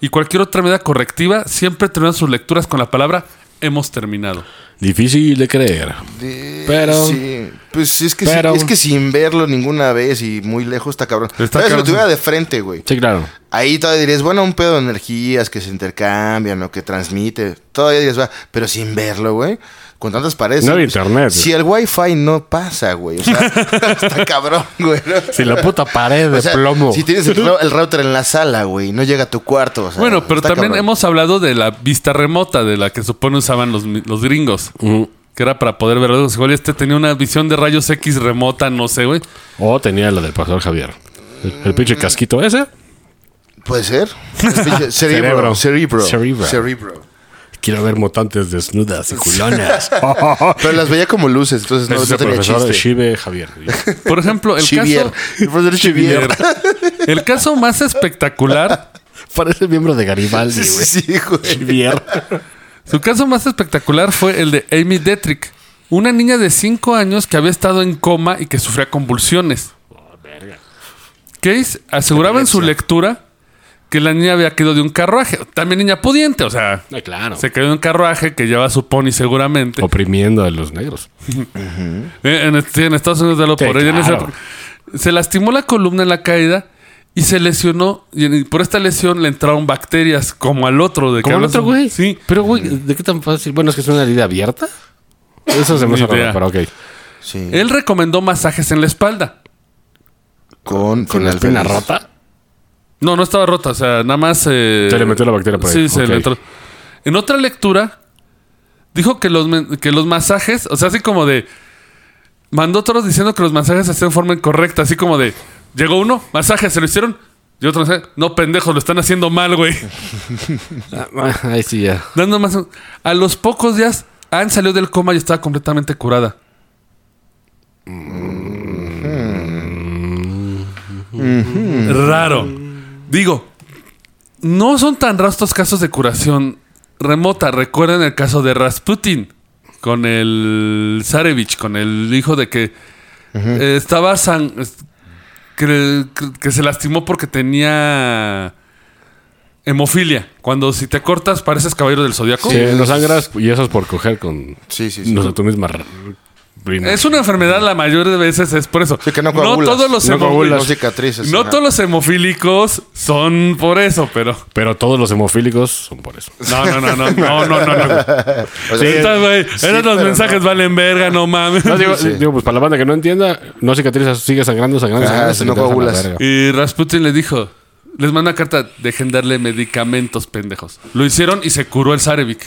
S2: y cualquier otra medida correctiva. Siempre terminaban sus lecturas con la palabra hemos terminado.
S4: Difícil de creer.
S3: De-
S4: Pero-
S3: Sí, pues es que, sí,
S4: pero-
S3: es que sin verlo ninguna vez y muy lejos está cabrón.
S2: Está
S3: Todavía Si lo
S2: cabrón.
S3: tuviera de frente, güey.
S4: Sí, claro.
S3: Ahí todavía dirías, bueno, un pedo de energías que se intercambian o que transmite. Todavía dirías, va, pero sin verlo, güey. Con tantas paredes.
S4: No había
S3: hay
S4: internet.
S3: Si el wifi no pasa, güey. O sea, está cabrón, güey. ¿no?
S4: Si la puta pared de
S3: O sea,
S4: plomo.
S3: Si tienes el, ro- el router en la sala, güey, no llega a tu cuarto. o sea,
S2: Bueno, pero
S3: está
S2: también
S3: cabrón.
S2: hemos hablado de la vista remota, de la que supone usaban los, los gringos. Que era para poder ver algo. Igual este tenía una visión de rayos X remota, no sé, güey.
S4: O tenía la del pastor Javier. El, el pinche casquito ese.
S3: Puede ser. Cerebro. Cerebro. Cerebro.
S4: Cerebro. Quiero ver mutantes desnudas y culonas.
S3: Pero las veía como luces, entonces no,
S4: Ese es
S3: no
S4: el
S3: tenía
S4: profesor
S3: chiste.
S4: Shive Javier.
S2: Por ejemplo, el
S3: Chivier.
S2: caso.
S3: El profesor Chivier.
S2: El caso más espectacular.
S4: Parece miembro de Garibaldi,
S3: Sí,
S4: güey.
S3: sí, güey.
S4: Javier.
S2: Su caso más espectacular fue el de Amy Detrick, una niña de 5 años que había estado en coma y que sufría convulsiones. Case aseguraba en su lectura que la niña había caído de un carruaje. También niña pudiente, o sea,
S4: Ah, claro.
S2: se cayó de un carruaje que lleva su pony seguramente.
S4: Oh. Oprimiendo a los negros.
S2: Eh, En, sí, en Estados Unidos de lo
S4: Sí,
S2: por ahí, en esa
S4: claro.
S2: época. Se lastimó la columna en la caída y se lesionó. Y en- por esta lesión le entraron bacterias, como al otro. De que
S4: Como el
S2: hablas-
S4: otro güey.
S2: Sí.
S4: Pero, güey, ¿de qué tan fácil? Bueno, es que es una herida abierta. Eso se me
S2: Ni
S4: hace raro,
S2: idea.
S4: pero ok.
S3: Sí.
S2: Él recomendó masajes en la espalda.
S3: Con,
S4: Con
S3: con
S4: la espina
S3: alfileres.
S4: rota.
S2: No, no estaba rota, o sea, nada más. eh,
S4: Se le metió la bacteria por ahí.
S2: Sí, se
S4: Ok.
S2: le entró. En otra lectura, dijo que los, men- que los masajes, o sea, así como de. Mandó todos diciendo que los masajes se hacían de forma incorrecta, así como de. Llegó uno, masaje, se lo hicieron. Y otro, masaje, no, pendejos, lo están haciendo mal, güey.
S4: Ah, Ahí sí ya.
S2: Dando más. A los pocos días, Anne salió del coma y estaba completamente curada. Raro. Digo, no son tan raros estos casos de curación remota. Recuerden el caso de Rasputin con el Zarevich, con el hijo de que eh, estaba san- que- que se lastimó porque tenía hemofilia. Cuando si te cortas pareces caballero del zodiaco.
S4: Sí, no Eh, sangras y eso es por coger con.
S3: Sí, sí, sí.
S4: No sé, tú misma. r- orina.
S2: Es una enfermedad, la mayoría de veces es por eso.
S3: Sí, que no coagulas.
S2: todos los
S4: No
S2: hemo-
S4: coagulas.
S3: No cicatrices.
S2: no
S3: ajá.
S2: todos los hemofílicos son por eso, pero.
S4: Pero todos los hemofílicos son por eso.
S2: No, no, no, no, no, no, no. no.
S3: O sea,
S2: Estas, güey,
S3: Pues sí,
S2: esos los
S3: pero
S2: mensajes
S3: no.
S2: valen verga, no mames.
S4: No, digo,
S3: Sí. Ah,
S4: digo, pues para la banda que no entienda, no cicatrizas, sigue sangrando, sangrando,
S3: Ajá,
S4: sangrando.
S3: si
S4: se
S3: no
S4: te hace la
S3: coagulas.
S4: verga.
S2: Y Rasputin le dijo: Les manda una carta, dejen darle medicamentos, pendejos. Lo hicieron y se curó el Zarevich,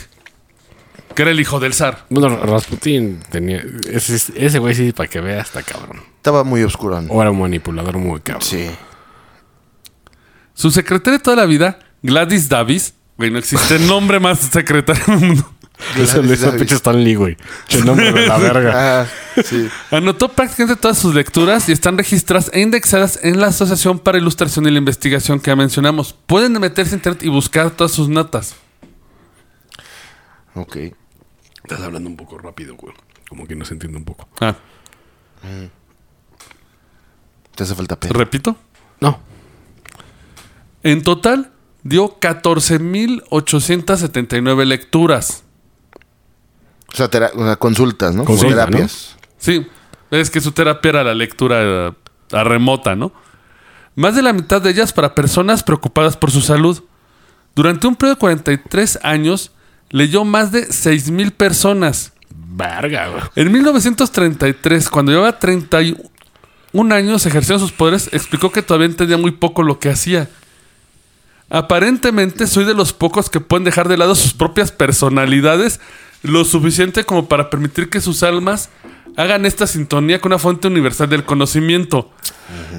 S2: que era el hijo del zar.
S4: Bueno, Rasputin tenía. Ese, ese güey sí, para que vea, está cabrón.
S3: Estaba muy oscuro. ¿no?
S4: O era un manipulador muy cabrón.
S3: Sí.
S2: Su secretaria de toda la vida, Gladys Davis. Güey, no existe nombre más secretario en el mundo.
S4: Eso lo hizo
S3: Gladys
S4: pinche Stanley, güey. Che nombre de la verga.
S3: Ajá, Ah, sí.
S2: Anotó prácticamente todas sus lecturas y están registradas e indexadas en la Asociación para Ilustración y la Investigación que ya mencionamos. Pueden meterse en internet y buscar todas sus notas.
S3: Ok.
S4: Estás hablando un poco rápido, güey. Como que no se entiende un poco.
S2: Ah,
S3: Te hace falta pedo.
S2: repito.
S4: No.
S2: En total, dio 14.879 lecturas.
S3: O sea, tera- o sea, consultas, ¿no?
S4: Consulta,
S3: Terapias.
S2: Sí, es que su terapia era la lectura eh, a remota, ¿no? Más de la mitad de ellas para personas preocupadas por su salud. Durante un periodo de 43 años, leyó más de 6.000 personas.
S4: Verga, güey.
S2: En 1933, cuando llevaba 31 años ejerciendo sus poderes, explicó que todavía entendía muy poco lo que hacía. Aparentemente soy de los pocos que pueden dejar de lado sus propias personalidades lo suficiente como para permitir que sus almas hagan esta sintonía con una fuente universal del conocimiento.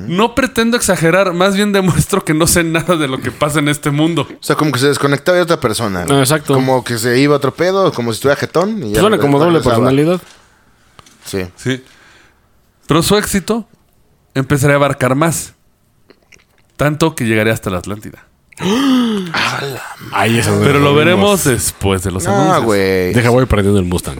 S2: No pretendo exagerar, más bien demuestro que no sé nada de lo que pasa en este mundo.
S3: O sea, como que se desconectaba de otra persona. güey.
S4: Ah, exacto.
S3: Como que se iba a otro pedo, como si estuviera jetón. Y ya
S4: Suena como doble
S3: regresaba.
S4: personalidad.
S3: Sí.
S2: Sí. Pero su éxito empezaría a abarcar más. Tanto que llegaría hasta la Atlántida.
S4: Ahí es donde
S2: Pero lo
S4: nos
S2: veremos eh. después de los
S3: No,
S2: anuncios.
S3: güey.
S4: Deja, voy prendiendo el Mustang.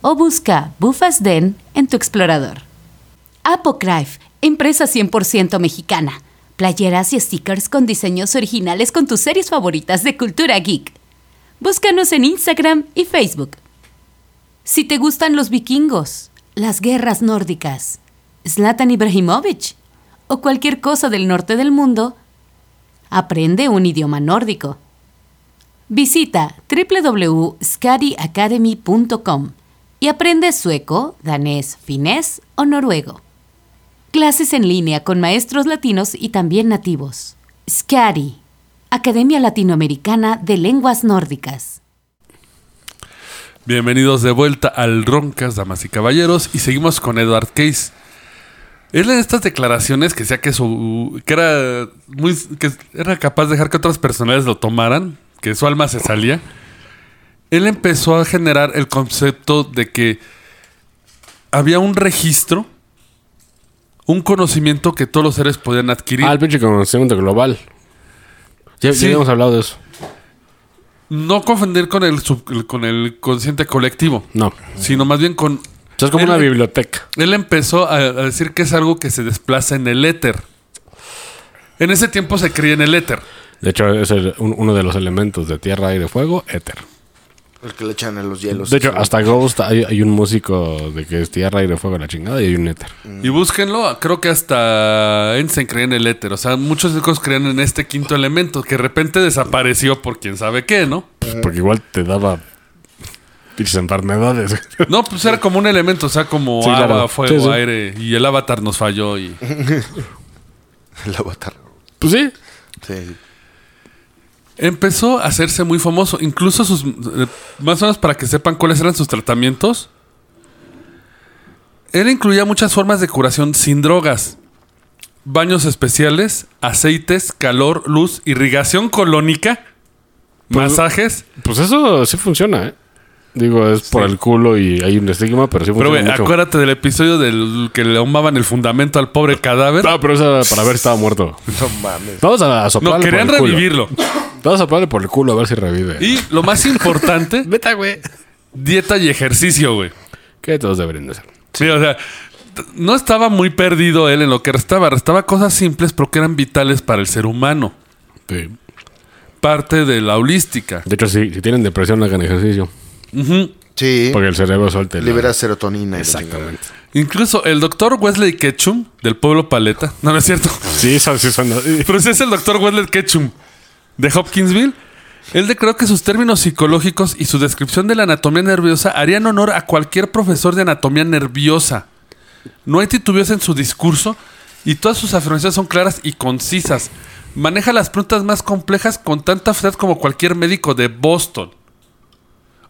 S1: o busca Bufas Den en tu explorador. Apocryph, empresa 100% mexicana. Playeras y stickers con diseños originales con tus series favoritas de cultura geek. Búscanos en Instagram y Facebook. Si te gustan los vikingos, las guerras nórdicas, Zlatan Ibrahimovic o cualquier cosa del norte del mundo, aprende un idioma nórdico. Visita www.skadiacademy.com y aprende sueco, danés, finés o noruego. Clases en línea con maestros latinos y también nativos. SCADI, Academia Latinoamericana de Lenguas Nórdicas.
S2: Bienvenidos de vuelta al Roncas, damas y caballeros. Y seguimos con Edward Case. Él en estas declaraciones que decía que su. que era muy. que era capaz de dejar que otras personalidades lo tomaran, que su alma se salía. Él empezó a generar el concepto de que había un registro, un conocimiento que todos los seres podían adquirir.
S4: Ah, el pinche conocimiento global. Ya, ya
S2: Sí.
S4: habíamos hablado de eso.
S2: No confundir con el, sub- con el consciente colectivo,
S4: No. O
S2: sino más bien con
S4: sea, es como
S2: El-
S4: una biblioteca.
S2: Él empezó a, a decir que es algo que se desplaza en el éter. En ese tiempo se creía en el éter.
S4: De hecho, es el- un- uno de los elementos de tierra y de fuego, éter.
S3: El que le echan a los hielos.
S4: De hecho, hasta Ghost hay, hay un músico de que es tierra y de fuego la chingada y hay un éter.
S2: Y búsquenlo, creo que hasta Einstein creía en el éter. O sea, muchos chicos creían en este quinto elemento que de repente desapareció por quién sabe qué, ¿no?
S4: Pues porque igual te daba pinches enfermedades.
S2: No, pues era como un elemento, o sea, como
S4: Sí,
S2: agua,
S4: claro.
S2: fuego,
S4: Sí, sí.
S2: aire. Y el avatar nos falló. Y...
S3: El avatar.
S4: Pues sí.
S3: Sí. sí.
S2: Empezó a hacerse muy famoso. Incluso sus. eh, Más o menos para que sepan cuáles eran sus tratamientos. Él incluía muchas formas de curación sin drogas: baños especiales, aceites, calor, luz, irrigación colónica,
S4: Pues-
S2: masajes.
S4: Pues eso sí funciona, ¿eh? Digo, es por el culo y hay un estigma, pero sí
S2: Pero,
S4: funciona
S2: güey,
S4: mucho.
S2: acuérdate del episodio del que le ahumaban el fundamento al pobre cadáver.
S4: No, pero eso era para ver si estaba muerto.
S3: No mames.
S4: Vamos a soplarle
S2: No, querían
S4: por el culo.
S2: revivirlo.
S4: Vamos a soplarle por el culo a ver si revive.
S2: Y lo más importante:
S4: Vete, güey.
S2: dieta y ejercicio, güey.
S4: Que todos deberían de hacer.
S2: Sí, o sea, t- no estaba muy perdido él en lo que restaba. Restaba cosas simples pero que eran vitales para el ser humano.
S4: Sí.
S2: Parte de la holística.
S4: De hecho, sí, si tienen depresión, hagan ejercicio.
S2: Ujú.
S3: Sí.
S4: Porque el cerebro suelta. la-
S3: Libera serotonina. y la chingada.
S4: Exactamente.
S2: Incluso el doctor Wesley Ketchum, del pueblo Paleta. No, no es cierto.
S4: Sí, son, sí, son.
S2: Pero si es el doctor Wesley Ketchum de Hopkinsville, él declaró que sus términos psicológicos y su descripción de la anatomía nerviosa harían honor a cualquier profesor de anatomía nerviosa. No hay titubeos en su discurso y todas sus afirmaciones son claras y concisas. Maneja las preguntas más complejas con tanta facilidad como cualquier médico de Boston.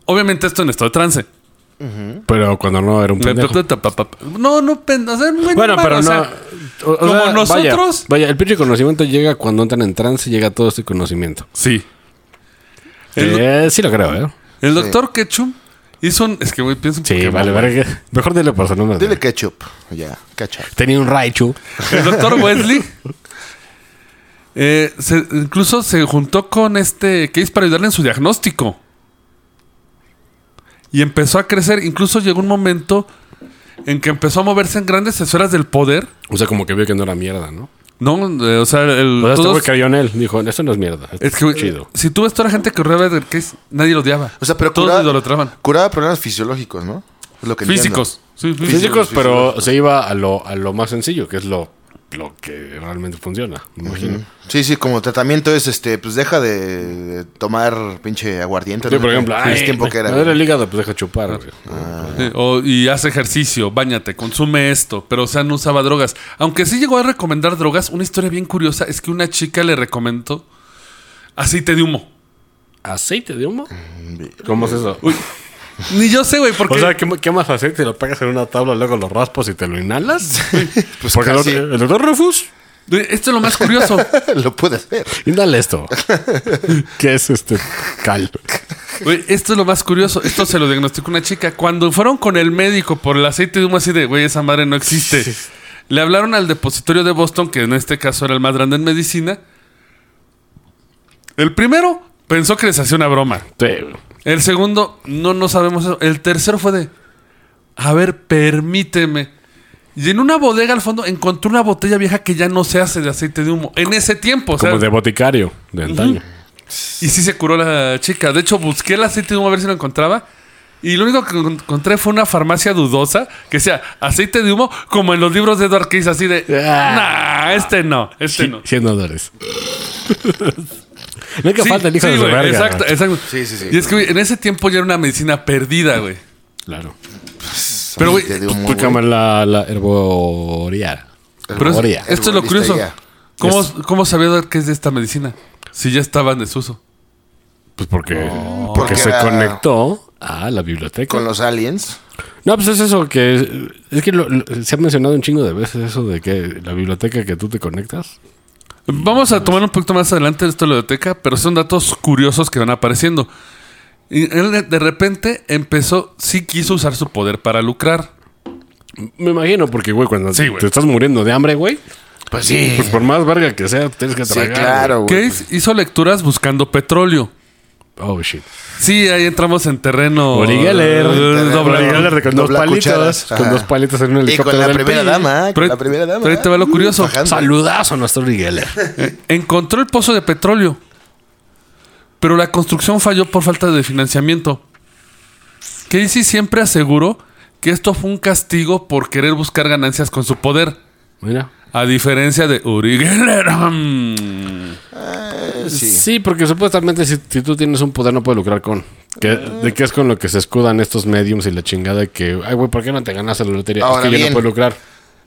S2: Obviamente esto en estado de trance.
S4: Pero cuando no era un pendejo.
S2: No, no, pen- o sea, muy
S4: Bueno,
S2: normal,
S4: pero
S2: o sea,
S4: no. o- o
S2: como
S4: sea, vaya,
S2: nosotros.
S4: Vaya, el pinche conocimiento llega cuando entran en trance, llega todo este conocimiento.
S2: sí. El-
S4: Eh, sí, lo creo, ¿eh?
S2: El doctor Ketchum hizo un. Es que, güey, pienso un
S4: Sí,
S2: Pokémon,
S4: vale,
S2: güey.
S4: verga. Mejor dile por su nombre.
S3: Dile ketchup. Ya, ketchup.
S4: Tenía un Raichu.
S2: El doctor Wesley. eh, se- incluso se juntó con este Case para ayudarle en su diagnóstico. Y empezó a crecer. Incluso llegó un momento en que empezó a moverse en grandes esferas del poder.
S4: O sea, como que vio que no era mierda, ¿no?
S2: No, Eh, o sea, el,
S4: O sea, este
S2: todos-
S4: güey creyó en él. Dijo, esto no es mierda. esto
S2: es que, güey,
S4: chido.
S2: si tú ves toda la gente que rodeaba del Case, nadie lo odiaba.
S3: O sea, pero
S2: todos
S3: curaba,
S2: lo idolatraban.
S3: curaba problemas fisiológicos, ¿no? Es lo que entiendo.
S2: Físicos. eh, Sí, físicos.
S4: Físicos, pero se iba a lo, a lo más sencillo, que es lo, lo que realmente funciona, me imagino.
S3: Sí, sí, como tratamiento es, este, pues deja de, de tomar pinche aguardiente.
S4: Sí,
S3: ¿no?
S4: por ejemplo,
S3: En ese
S4: ay,
S3: tiempo que era.
S4: me duele el hígado, pues deja chupar. güey.
S2: Sí, o- y hace ejercicio, bañate, consume esto, pero o sea, no usaba drogas. Aunque sí llegó a recomendar drogas, una historia bien curiosa es que una chica le recomendó aceite de humo.
S4: ¿Aceite de humo?
S3: Mm,
S4: ¿Cómo es eso?
S2: Ni yo sé, güey, porque...
S4: O sea, ¿qué, qué más aceite? ¿Lo pegas en una tabla, luego lo raspas y te lo inhalas?
S3: Pues
S4: Porque el
S3: casi.
S4: doctor- el doctor Rufus,
S2: güey, esto es lo más curioso.
S3: lo puede hacer.
S4: inhala esto. ¿Qué es este cal?
S2: Güey, esto es lo más curioso. Esto se lo diagnosticó una chica. Cuando fueron con el médico por el aceite de humo así de, güey, esa madre no existe. Le hablaron al depositorio de Boston, que en este caso era el más grande en medicina. El primero pensó que les hacía una broma.
S4: Sí, güey.
S2: El segundo, no, no sabemos eso. El tercero fue de, a ver, permíteme. Y en una bodega al fondo encontró una botella vieja que ya no se hace de aceite de humo. En ese tiempo, o sea,
S4: como de boticario, de antaño.
S2: y sí se curó la chica. De hecho, busqué el aceite de humo a ver si lo encontraba. Y lo único que encon- encontré fue una farmacia dudosa que sea aceite de humo, como en los libros de Edward Case, así de,
S4: Ah.
S2: nah, este no, este no.
S4: 100 dólares. Nunca
S2: Sí,
S4: falta el hijo
S2: sí,
S4: de su
S2: güey,
S4: verga.
S2: Exacto, exacto.
S3: Sí, sí, sí.
S2: Y es que güey, en ese tiempo ya era una medicina perdida, güey.
S4: Claro.
S2: Pero, güey,
S3: Te digo, muy
S4: Explícame
S3: bueno.
S4: la, la herboría.
S2: Pero es-
S4: Herboría.
S2: esto es lo
S3: Herbolista
S2: curioso.
S3: ya.
S2: ¿Cómo, ¿Cómo sabía que es de esta medicina? Si ya estaba en desuso.
S4: Pues porque, porque,
S3: Oh. Porque
S4: se
S3: era-
S4: conectó a la biblioteca.
S3: Con los aliens.
S4: No, pues es eso que... Es, es que lo- lo- se ha mencionado un chingo de veces eso de que la biblioteca que tú te conectas.
S2: Vamos a tomar un poquito más adelante esto de la biblioteca, pero son datos curiosos que van apareciendo. Y él de- de repente empezó, sí quiso usar su poder para lucrar.
S3: Ah,
S4: Me imagino porque, güey, cuando
S2: Sí,
S4: te-
S2: güey.
S4: te estás muriendo de hambre, güey,
S3: Pues sí.
S4: pues por más verga que sea, tienes que
S3: Sí,
S4: tragar.
S3: claro, güey. Pues,
S2: Case hizo lecturas buscando petróleo.
S4: güey. Oh, shit.
S2: Sí, ahí entramos en terreno.
S4: Uri Geller.
S2: Eh, Oh, doble-
S4: Uri Geller con dos
S3: Dobla
S4: palitos.
S3: cucharas.
S4: Con dos
S3: Ajá.
S4: palitos en un
S3: Y
S4: helicóptero.
S3: con la
S4: del
S3: primera
S4: PRI.
S3: dama. Con
S2: Pero-
S3: Ah, la primera dama.
S2: pero ahí te va lo
S3: Mm,
S2: curioso.
S3: bajando.
S4: Saludazo a nuestro Uri Geller.
S2: Eh, Encontró el pozo de petróleo, pero la construcción falló por falta de financiamiento. Casey siempre aseguró que esto fue un castigo por querer buscar ganancias con su poder,
S4: Mira.
S2: a diferencia de Uri Geller.
S3: Eh,
S4: Sí.
S3: sí.
S4: porque supuestamente si, si tú tienes un poder no puedes lucrar con. Que, ¿De qué es con lo que se escudan estos mediums y la chingada que, ay, güey, ¿por qué no te ganas la lotería?
S3: Ahora
S4: es que yo
S3: bien.
S4: no puedo lucrar.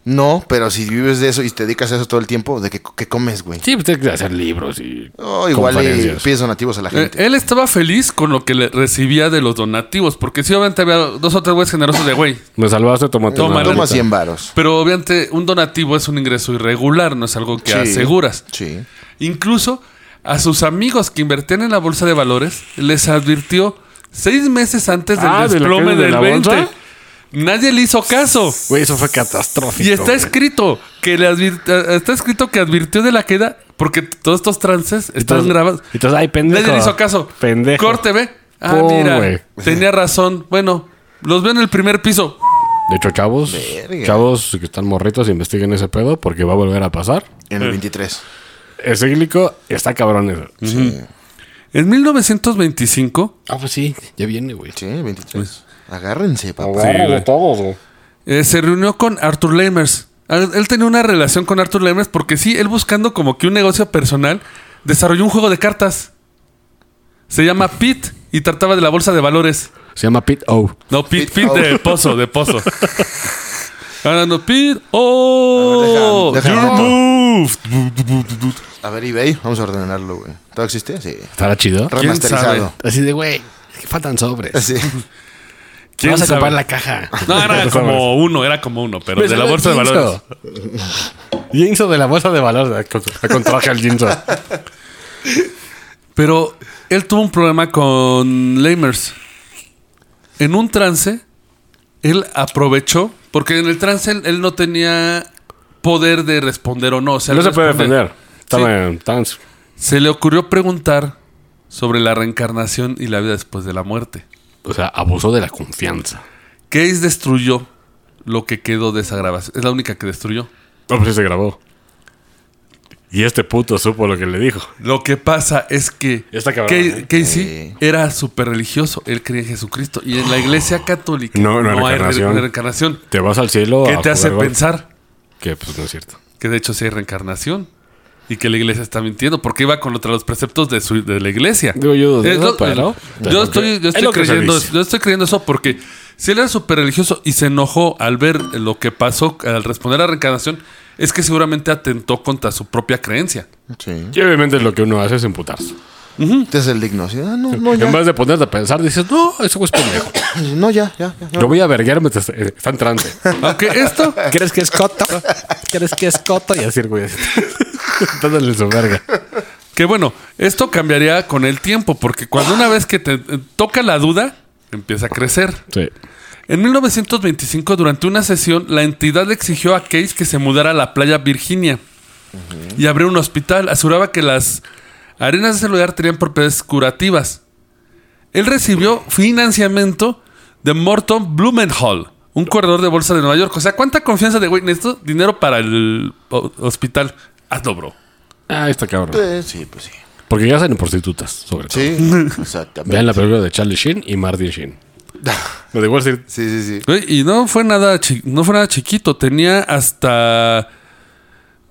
S3: No, pero si vives de eso y te dedicas a eso todo el tiempo, ¿de qué, qué comes, güey?
S4: Sí, pues tienes que hacer libros y
S3: Oh, igual y
S4: conferencias.
S3: pides donativos a la
S2: Eh,
S3: gente.
S2: él estaba feliz con lo que le recibía de los donativos, porque sí, obviamente había dos o tres güeyes generosos de güey.
S4: Me salvaste, tomate.
S2: Toma,
S4: una
S2: la
S3: Toma
S4: maleta.
S3: 100 varos.
S2: Pero obviamente un donativo es un ingreso irregular, no es algo que
S3: Sí.
S2: aseguras.
S3: Sí.
S2: Incluso a sus amigos que invertían en la bolsa de valores les advirtió seis meses antes del
S4: Ah, ¿de la
S2: desplome
S4: caída de
S2: del
S4: la
S2: 20.
S4: bolsa?
S2: Nadie le hizo caso.
S4: Güey, eso fue catastrófico.
S2: Y está
S4: güey.
S2: escrito que le advir- eh, está escrito que advirtió de la queda porque todos estos trances están
S4: Entonces-
S2: grabados.
S4: Entonces, ay, pendejo.
S2: Nadie le hizo caso.
S4: Pendejo.
S2: Corte, ve. Ah,
S4: Pum,
S2: mira.
S4: güey.
S2: Tenía razón. Bueno, los veo en el primer piso.
S4: De hecho, chavos,
S3: Verga.
S4: chavos que están morritos, investiguen ese pedo porque va a volver a pasar.
S3: En el 23.
S4: Es cíclico, está cabrón eso.
S3: Sí.
S2: En 1925,
S4: Ah, pues sí, ya viene, güey.
S3: Sí, 23. Agárrense, papá.
S4: Agárralo
S2: güey.
S4: todos, güey.
S2: Eh, se reunió con Arthur Lemers. Ah, Él tenía una relación con Arthur Lemers porque sí, él buscando como que un negocio personal, desarrolló un juego de cartas. Se llama Pit y trataba de la bolsa de valores.
S4: Se llama Pit O.
S2: No, Pit,
S3: Pit,
S2: Pit de pozo, de pozo. Ahora no, Pit, oh,
S3: A ver, deja- deja
S2: your
S3: anoto.
S2: move.
S3: A ver, eBay, vamos a ordenarlo, güey. ¿Todo existe? Sí.
S4: Estará chido.
S3: Remasterizado.
S4: Así de, güey, es que faltan sobres.
S3: Sí.
S2: ¿Quién
S4: Vamos a
S2: sabe?
S4: comprar la caja.
S2: No, era como uno, era como uno, pero
S4: Pues
S2: de la
S4: era
S2: bolsa de
S4: Jinzo.
S2: valores.
S4: Jinzo de la bolsa de valores. eh, Con, con traje al Jinzo.
S2: Pero él tuvo un problema con Lamers. En un trance, él aprovechó, porque en el trance él, él no tenía poder de responder o no. O sea,
S4: No
S2: él
S4: se puede
S2: responde.
S4: defender. Estaba en trans.
S2: Se le ocurrió preguntar sobre la reencarnación y la vida después de la muerte.
S4: O sea, abusó de la confianza.
S2: Case destruyó lo que quedó de esa grabación. Es la única que destruyó.
S4: No, pues sí se grabó. Y este puto supo lo que le dijo.
S2: Lo que pasa es que
S4: Está cabrón,
S2: Ca-
S4: ¿eh?
S2: Casey era súper religioso. Él creía en Jesucristo. Y en la iglesia católica
S4: No, no hay
S2: hay
S4: reencarnación.
S2: re- reencarnación.
S4: Te vas al cielo.
S2: ¿Qué
S4: a
S2: te hace
S4: jugar golf.
S2: pensar?
S4: Que pues no es cierto.
S2: Que de hecho sí hay reencarnación. Y que la iglesia está mintiendo. Porque iba contra los preceptos de, su- de la iglesia.
S4: Digo, yo dudo de
S2: Es
S4: eso,
S2: lo-
S4: pero-
S2: yo
S4: pero pues,
S2: estoy, yo
S4: es
S2: estoy
S4: lo que se
S2: creyendo,
S4: dice.
S2: yo estoy creyendo eso porque si él era súper religioso y se enojó al ver lo que pasó al responder a la reencarnación, es que seguramente atentó contra su propia creencia.
S3: Sí.
S4: Y obviamente lo que uno hace es emputarse.
S3: Este es el digno. Sí, ah, no, no, ya.
S4: En vez de ponerte a pensar, dices, no, ese güey es pendejo.
S3: No, ya, ya. ya, ya.
S4: Lo voy a verguear mientras eh, está en trance.
S2: Aunque esto
S4: ¿Crees que es coto? ¿Crees que es coto? Y así el güey. así. Dándole su verga.
S2: Que bueno, esto cambiaría con el tiempo, porque cuando una vez que te eh, toca la duda, empieza a crecer.
S4: Sí.
S2: En 1925, durante una sesión, la entidad le exigió a Case que se mudara a la playa Virginia y abrió un hospital. Aseguraba que las arenas de ese lugar tenían propiedades curativas. Él recibió financiamiento de Morton Blumenhall, un corredor de bolsa de Nueva York. O sea, ¿cuánta confianza de, güey, necesito dinero para el ho- hospital? Hazlo, bro.
S4: Ah, está cabrón.
S3: Eh, sí, pues sí.
S4: Porque ya salen prostitutas, sobre todo.
S3: Sí, exactamente.
S4: Vean la película de Charlie Sheen y Martin Sheen. Lo de Wall Street.
S3: Sí, sí, sí.
S2: Güey, Y no fue nada chi- no fue nada chiquito, tenía hasta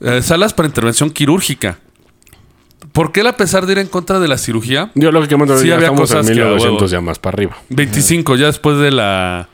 S2: eh, salas para intervención quirúrgica. Porque él, a pesar de ir en contra de la cirugía,
S4: Yo lógicamente
S2: Sí,
S4: ya
S2: había
S4: estamos en
S2: cosas que a
S4: 1900
S2: huevo.
S4: ya más para arriba
S2: 25 ya después de la.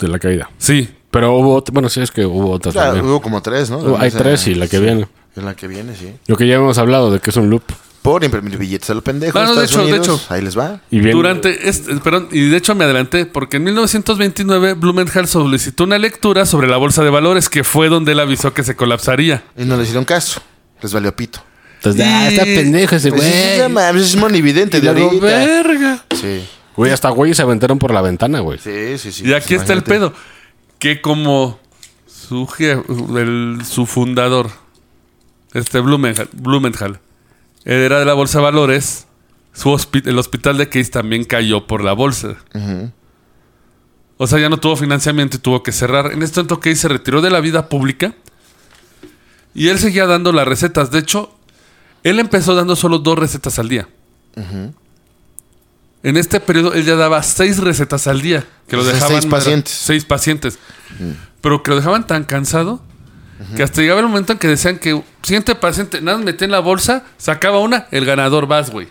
S4: de la caída.
S2: Sí,
S4: Pero hubo, ot- bueno, sí es que hubo otras
S3: Ya,
S4: Pues también.
S3: hubo como tres, ¿no?
S4: Hubo- hay
S3: Esa-
S4: tres y la que viene.
S3: En la que viene, sí.
S4: Lo que ya hemos hablado de que es un loop.
S3: Por imprimir billetes a los pendejos.
S2: Ah, no, de
S3: Estados
S2: hecho, de
S3: Unidos,
S2: hecho.
S3: Ahí les va.
S4: Y bien,
S2: Durante este, perdón, y de hecho me adelanté, porque en 1929 Blumenthal solicitó una lectura sobre la bolsa de valores, que fue donde él avisó que se colapsaría.
S3: Y no le hicieron caso. Les valió pito.
S4: Entonces, ah,
S2: Y-
S4: está pendejo ese
S3: Pues, sí, no
S4: güey.
S3: mames, es muy evidente de
S4: Luego,
S3: ahorita.
S4: verga.
S3: Sí,
S4: Güey, hasta güey se aventaron por la ventana, güey.
S3: sí, sí. sí
S2: Y aquí
S3: pues,
S2: está el
S3: imagínate.
S2: pedo. Que como su, je- el- su fundador, este Blumenhal, Blumenhal, era de la Bolsa de Valores, su hospi- el hospital de Case también cayó por la bolsa. O sea, ya no tuvo financiamiento y tuvo que cerrar. En este momento Case se retiró de la vida pública y él seguía dando las recetas. De hecho, él empezó dando solo dos recetas al día. En este periodo él ya daba seis recetas al día. Que lo
S3: O sea,
S2: dejaban
S3: seis pacientes.
S2: Seis pacientes. Pero que lo dejaban tan cansado que hasta llegaba el momento en que decían que siguiente paciente, nada, metí en la bolsa, sacaba una, el ganador vas, güey.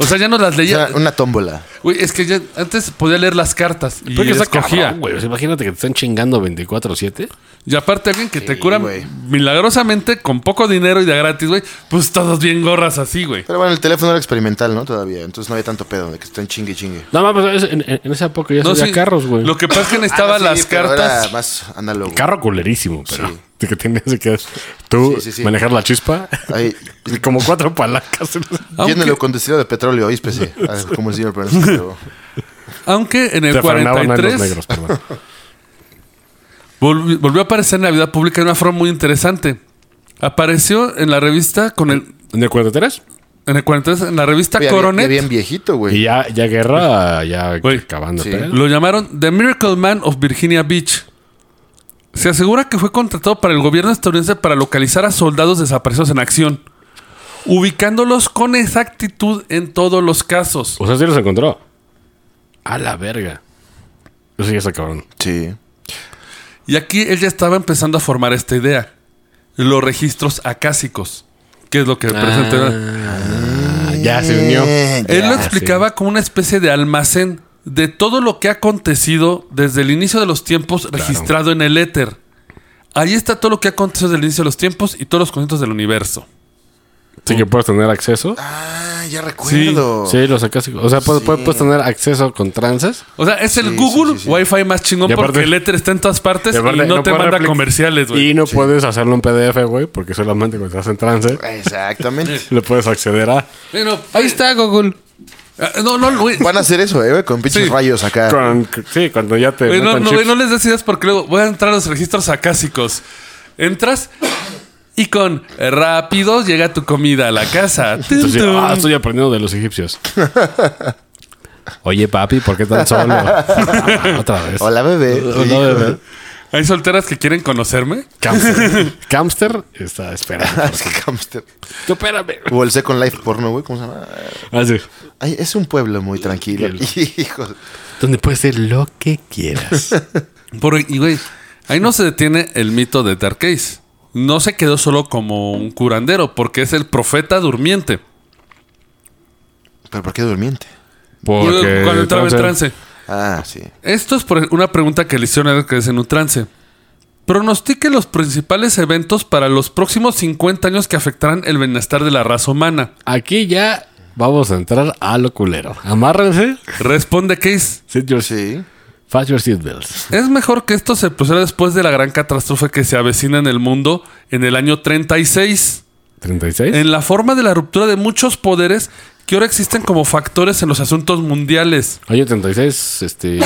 S2: O sea, ya no las
S3: O sea,
S2: leía.
S3: una tómbola.
S2: Güey, es que ya antes podía leer las cartas y
S4: Porque está
S2: escogía.
S4: cabrón, güey. O sea, imagínate que te están chingando 24-7.
S2: Y aparte alguien que te cura
S3: güey.
S2: milagrosamente con poco dinero y de gratis, güey, pues todos bien gorras así, güey.
S3: Pero bueno, el teléfono era experimental, ¿no? Todavía. Entonces no había tanto pedo de que estén chingue y chingue.
S4: No, no, pues en, en- en esa época ya
S2: No,
S4: sabía
S2: sí,
S4: carros, güey.
S2: Lo que pasa es que necesitaba
S3: Ah, sí,
S2: las
S3: pero era
S2: cartas.
S3: más análogo.
S4: Carro culerísimo, pero.
S3: Sí.
S4: De que tenías que tú
S3: Sí, sí, sí.
S4: manejar la chispa.
S3: Ahí,
S4: y como cuatro palacas.
S2: Aunque-
S3: Llénalo con destino de petróleo, oíspese. A ver, Como el señor Burns, pero-
S2: Aunque en el
S4: Te frenaban a los
S2: 43
S4: negros, perdón.
S2: volvi- volvió a aparecer en la vida pública de una forma muy interesante. Apareció en la revista con el
S4: ¿En el 43?
S2: en el 43 en la revista
S3: Oye, había-
S2: Coronet.
S3: ya bien viejito,
S4: Y
S3: güey.
S4: ya, ya guerra, ya
S2: Güey,
S4: acabando.
S3: sí.
S4: pero-
S2: Lo llamaron The Miracle Man of Virginia Beach. Se asegura que fue contratado para el gobierno estadounidense para localizar a soldados desaparecidos en acción, ubicándolos con exactitud en todos los casos.
S4: O sea, sí los encontró. A la verga. Eso ya está cabrón.
S3: Sí.
S2: Y aquí él ya estaba empezando a formar esta idea. Los registros acásicos, que es lo que presenta.
S4: Ah, ya se unió.
S3: Eh,
S2: Él
S3: ya.
S4: ah,
S2: lo explicaba como una especie de almacén de todo lo que ha acontecido desde el inicio de los tiempos registrado en el éter. Ahí está todo lo que ha acontecido desde el inicio de los tiempos y todos los conceptos del universo.
S4: Así que puedes tener acceso.
S3: Ah, ya recuerdo.
S4: Sí, los acásicos. O sea, puedes, puedes- puedes tener acceso con trances.
S2: O sea, es el
S3: Sí,
S2: Google
S3: sí, sí, sí.
S2: Wi-Fi más chingón
S4: Y aparte-
S2: porque el éter está en todas partes y,
S4: aparte
S2: no, te
S4: puedes
S2: manda
S4: replic-
S2: comerciales, güey.
S4: Y no puedes hacerlo en PDF, güey, porque solamente cuando estás en trance
S3: Exactamente.
S4: le puedes acceder a.
S2: Eh, no, ahí está Google. Ah, No, no, güey.
S3: Van a hacer eso, eh, güey, con pinches
S2: Sí.
S3: rayos acá.
S4: Con, sí, cuando ya te.
S2: Güey, no,
S4: metan
S2: no,
S4: chips.
S2: güey, no les des ideas porque luego voy a entrar a los registros acásicos. Entras y con rápido llega tu comida a la casa. Tun,
S4: Entonces,
S2: tun.
S4: ah, estoy aprendiendo de los egipcios. Oye, papi, ¿por qué tan solo? Otra vez.
S3: Hola, bebé.
S4: Hola, bebé.
S2: ¿Hay solteras que quieren conocerme?
S4: Camster. Camster está esperando.
S3: Es que hamster.
S4: Tú espérame.
S3: O el Second Life porno, güey, ¿cómo se llama?
S4: Así.
S3: Ay, es un pueblo muy tranquilo. Hijo.
S4: Donde puedes ser lo que quieras.
S2: Por- y güey, ahí no se detiene el mito de Dark Case. No se quedó solo como un curandero porque es el profeta durmiente.
S3: ¿Pero por qué durmiente?
S4: Porque
S2: Cuando entraba en trance.
S3: Ah, sí.
S2: Esto es por una pregunta que le hicieron a Dark Case en un trance. Pronostique los principales eventos para los próximos 50 años que afectarán el bienestar de la raza humana.
S4: Aquí ya vamos a entrar a lo culero. Amárrense.
S2: Responde Case.
S4: Sit your
S3: Sí.
S4: Fast your seatbelts.
S2: Es mejor que esto se pusiera después de la gran catástrofe que se avecina en el mundo en el año 36.
S4: 36.
S2: en la forma de la ruptura de muchos poderes que ahora existen como factores en los asuntos mundiales.
S4: Año 36, este.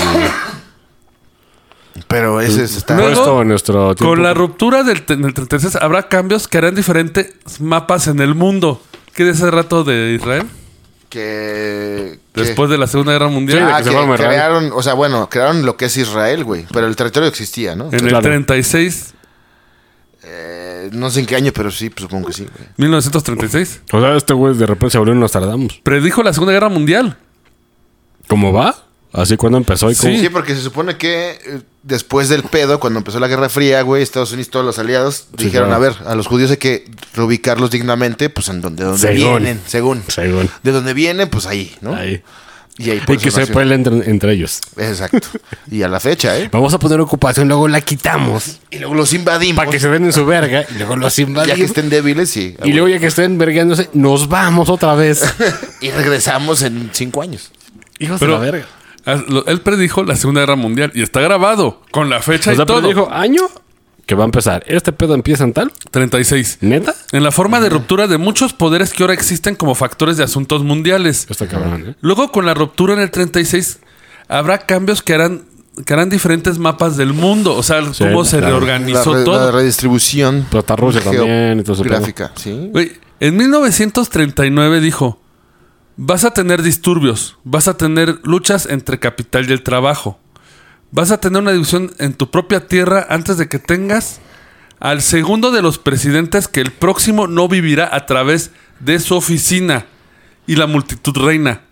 S3: Pero ese está.
S2: Luego,
S4: puesto en nuestro tiempo.
S2: Con la ruptura del, te- del 36 habrá cambios que harán diferentes mapas en el mundo. ¿Qué de ese rato de Israel?
S3: Que.
S2: Después de la Segunda Guerra
S4: Sí,
S2: Mundial.
S4: de
S3: Ah,
S4: que se
S3: que
S4: forme Israel.
S3: crearon, o sea, bueno, crearon lo que es Israel, güey. Pero el territorio existía, ¿no?
S2: en el
S4: claro.
S2: 36,
S3: Eh, no sé en qué año, pero sí, pues, supongo que sí. güey.
S2: 1936.
S4: O sea, este güey de repente se volvió en Nostradamus.
S2: Predijo la Segunda Guerra Mundial.
S4: ¿Cómo va? Así cuando empezó y cómo.
S3: Sí, porque se supone que eh, después del pedo, cuando empezó la Guerra Fría, güey, Estados Unidos, todos los aliados dijeron,
S4: claro.
S3: a ver, a los judíos hay que reubicarlos dignamente, pues en donde, de donde
S4: Según.
S3: vienen, según.
S4: Según.
S3: De donde vienen, pues ahí, ¿no?
S4: Ahí.
S3: Y ahí por
S4: Y que
S3: eso
S4: se
S3: nació.
S4: peleen entre, entre ellos.
S3: Exacto. Y a la fecha, ¿eh?
S4: Vamos a poner ocupación, luego la quitamos.
S3: Y luego los invadimos.
S4: Para que se den en su verga. Y luego los
S3: ya
S4: invadimos.
S3: que estén débiles, sí.
S4: Y luego ya que estén vergándose, nos vamos otra vez.
S3: Y regresamos en cinco años.
S4: Hijos
S2: Pero-
S4: de la verga.
S2: Ah, lo- Él predijo la Segunda Guerra Mundial y está grabado con la fecha
S4: O
S2: y
S4: sea, pero
S2: todo.
S4: dijo, año que va a empezar. Este pedo empieza en tal.
S2: 36.
S4: ¿Neta?
S2: En la forma de ruptura de muchos poderes que ahora existen como factores de asuntos mundiales.
S4: Está cabrón, ¿eh?
S2: Luego, con la ruptura en el 36, habrá cambios que harán, que harán diferentes mapas del mundo. O sea, cómo se
S3: La,
S4: claro.
S2: reorganizó
S3: re- la
S2: todo.
S3: redistribución.
S4: Plata Rusia también y todo ese pedo.
S3: Gráfica, sí.
S2: Güey, en 1939 dijo, vas a tener disturbios, vas a tener luchas entre capital y el trabajo. Vas a tener una división en tu propia tierra antes de que tengas al segundo de los presidentes que el próximo no vivirá a través de su oficina y la multitud reina.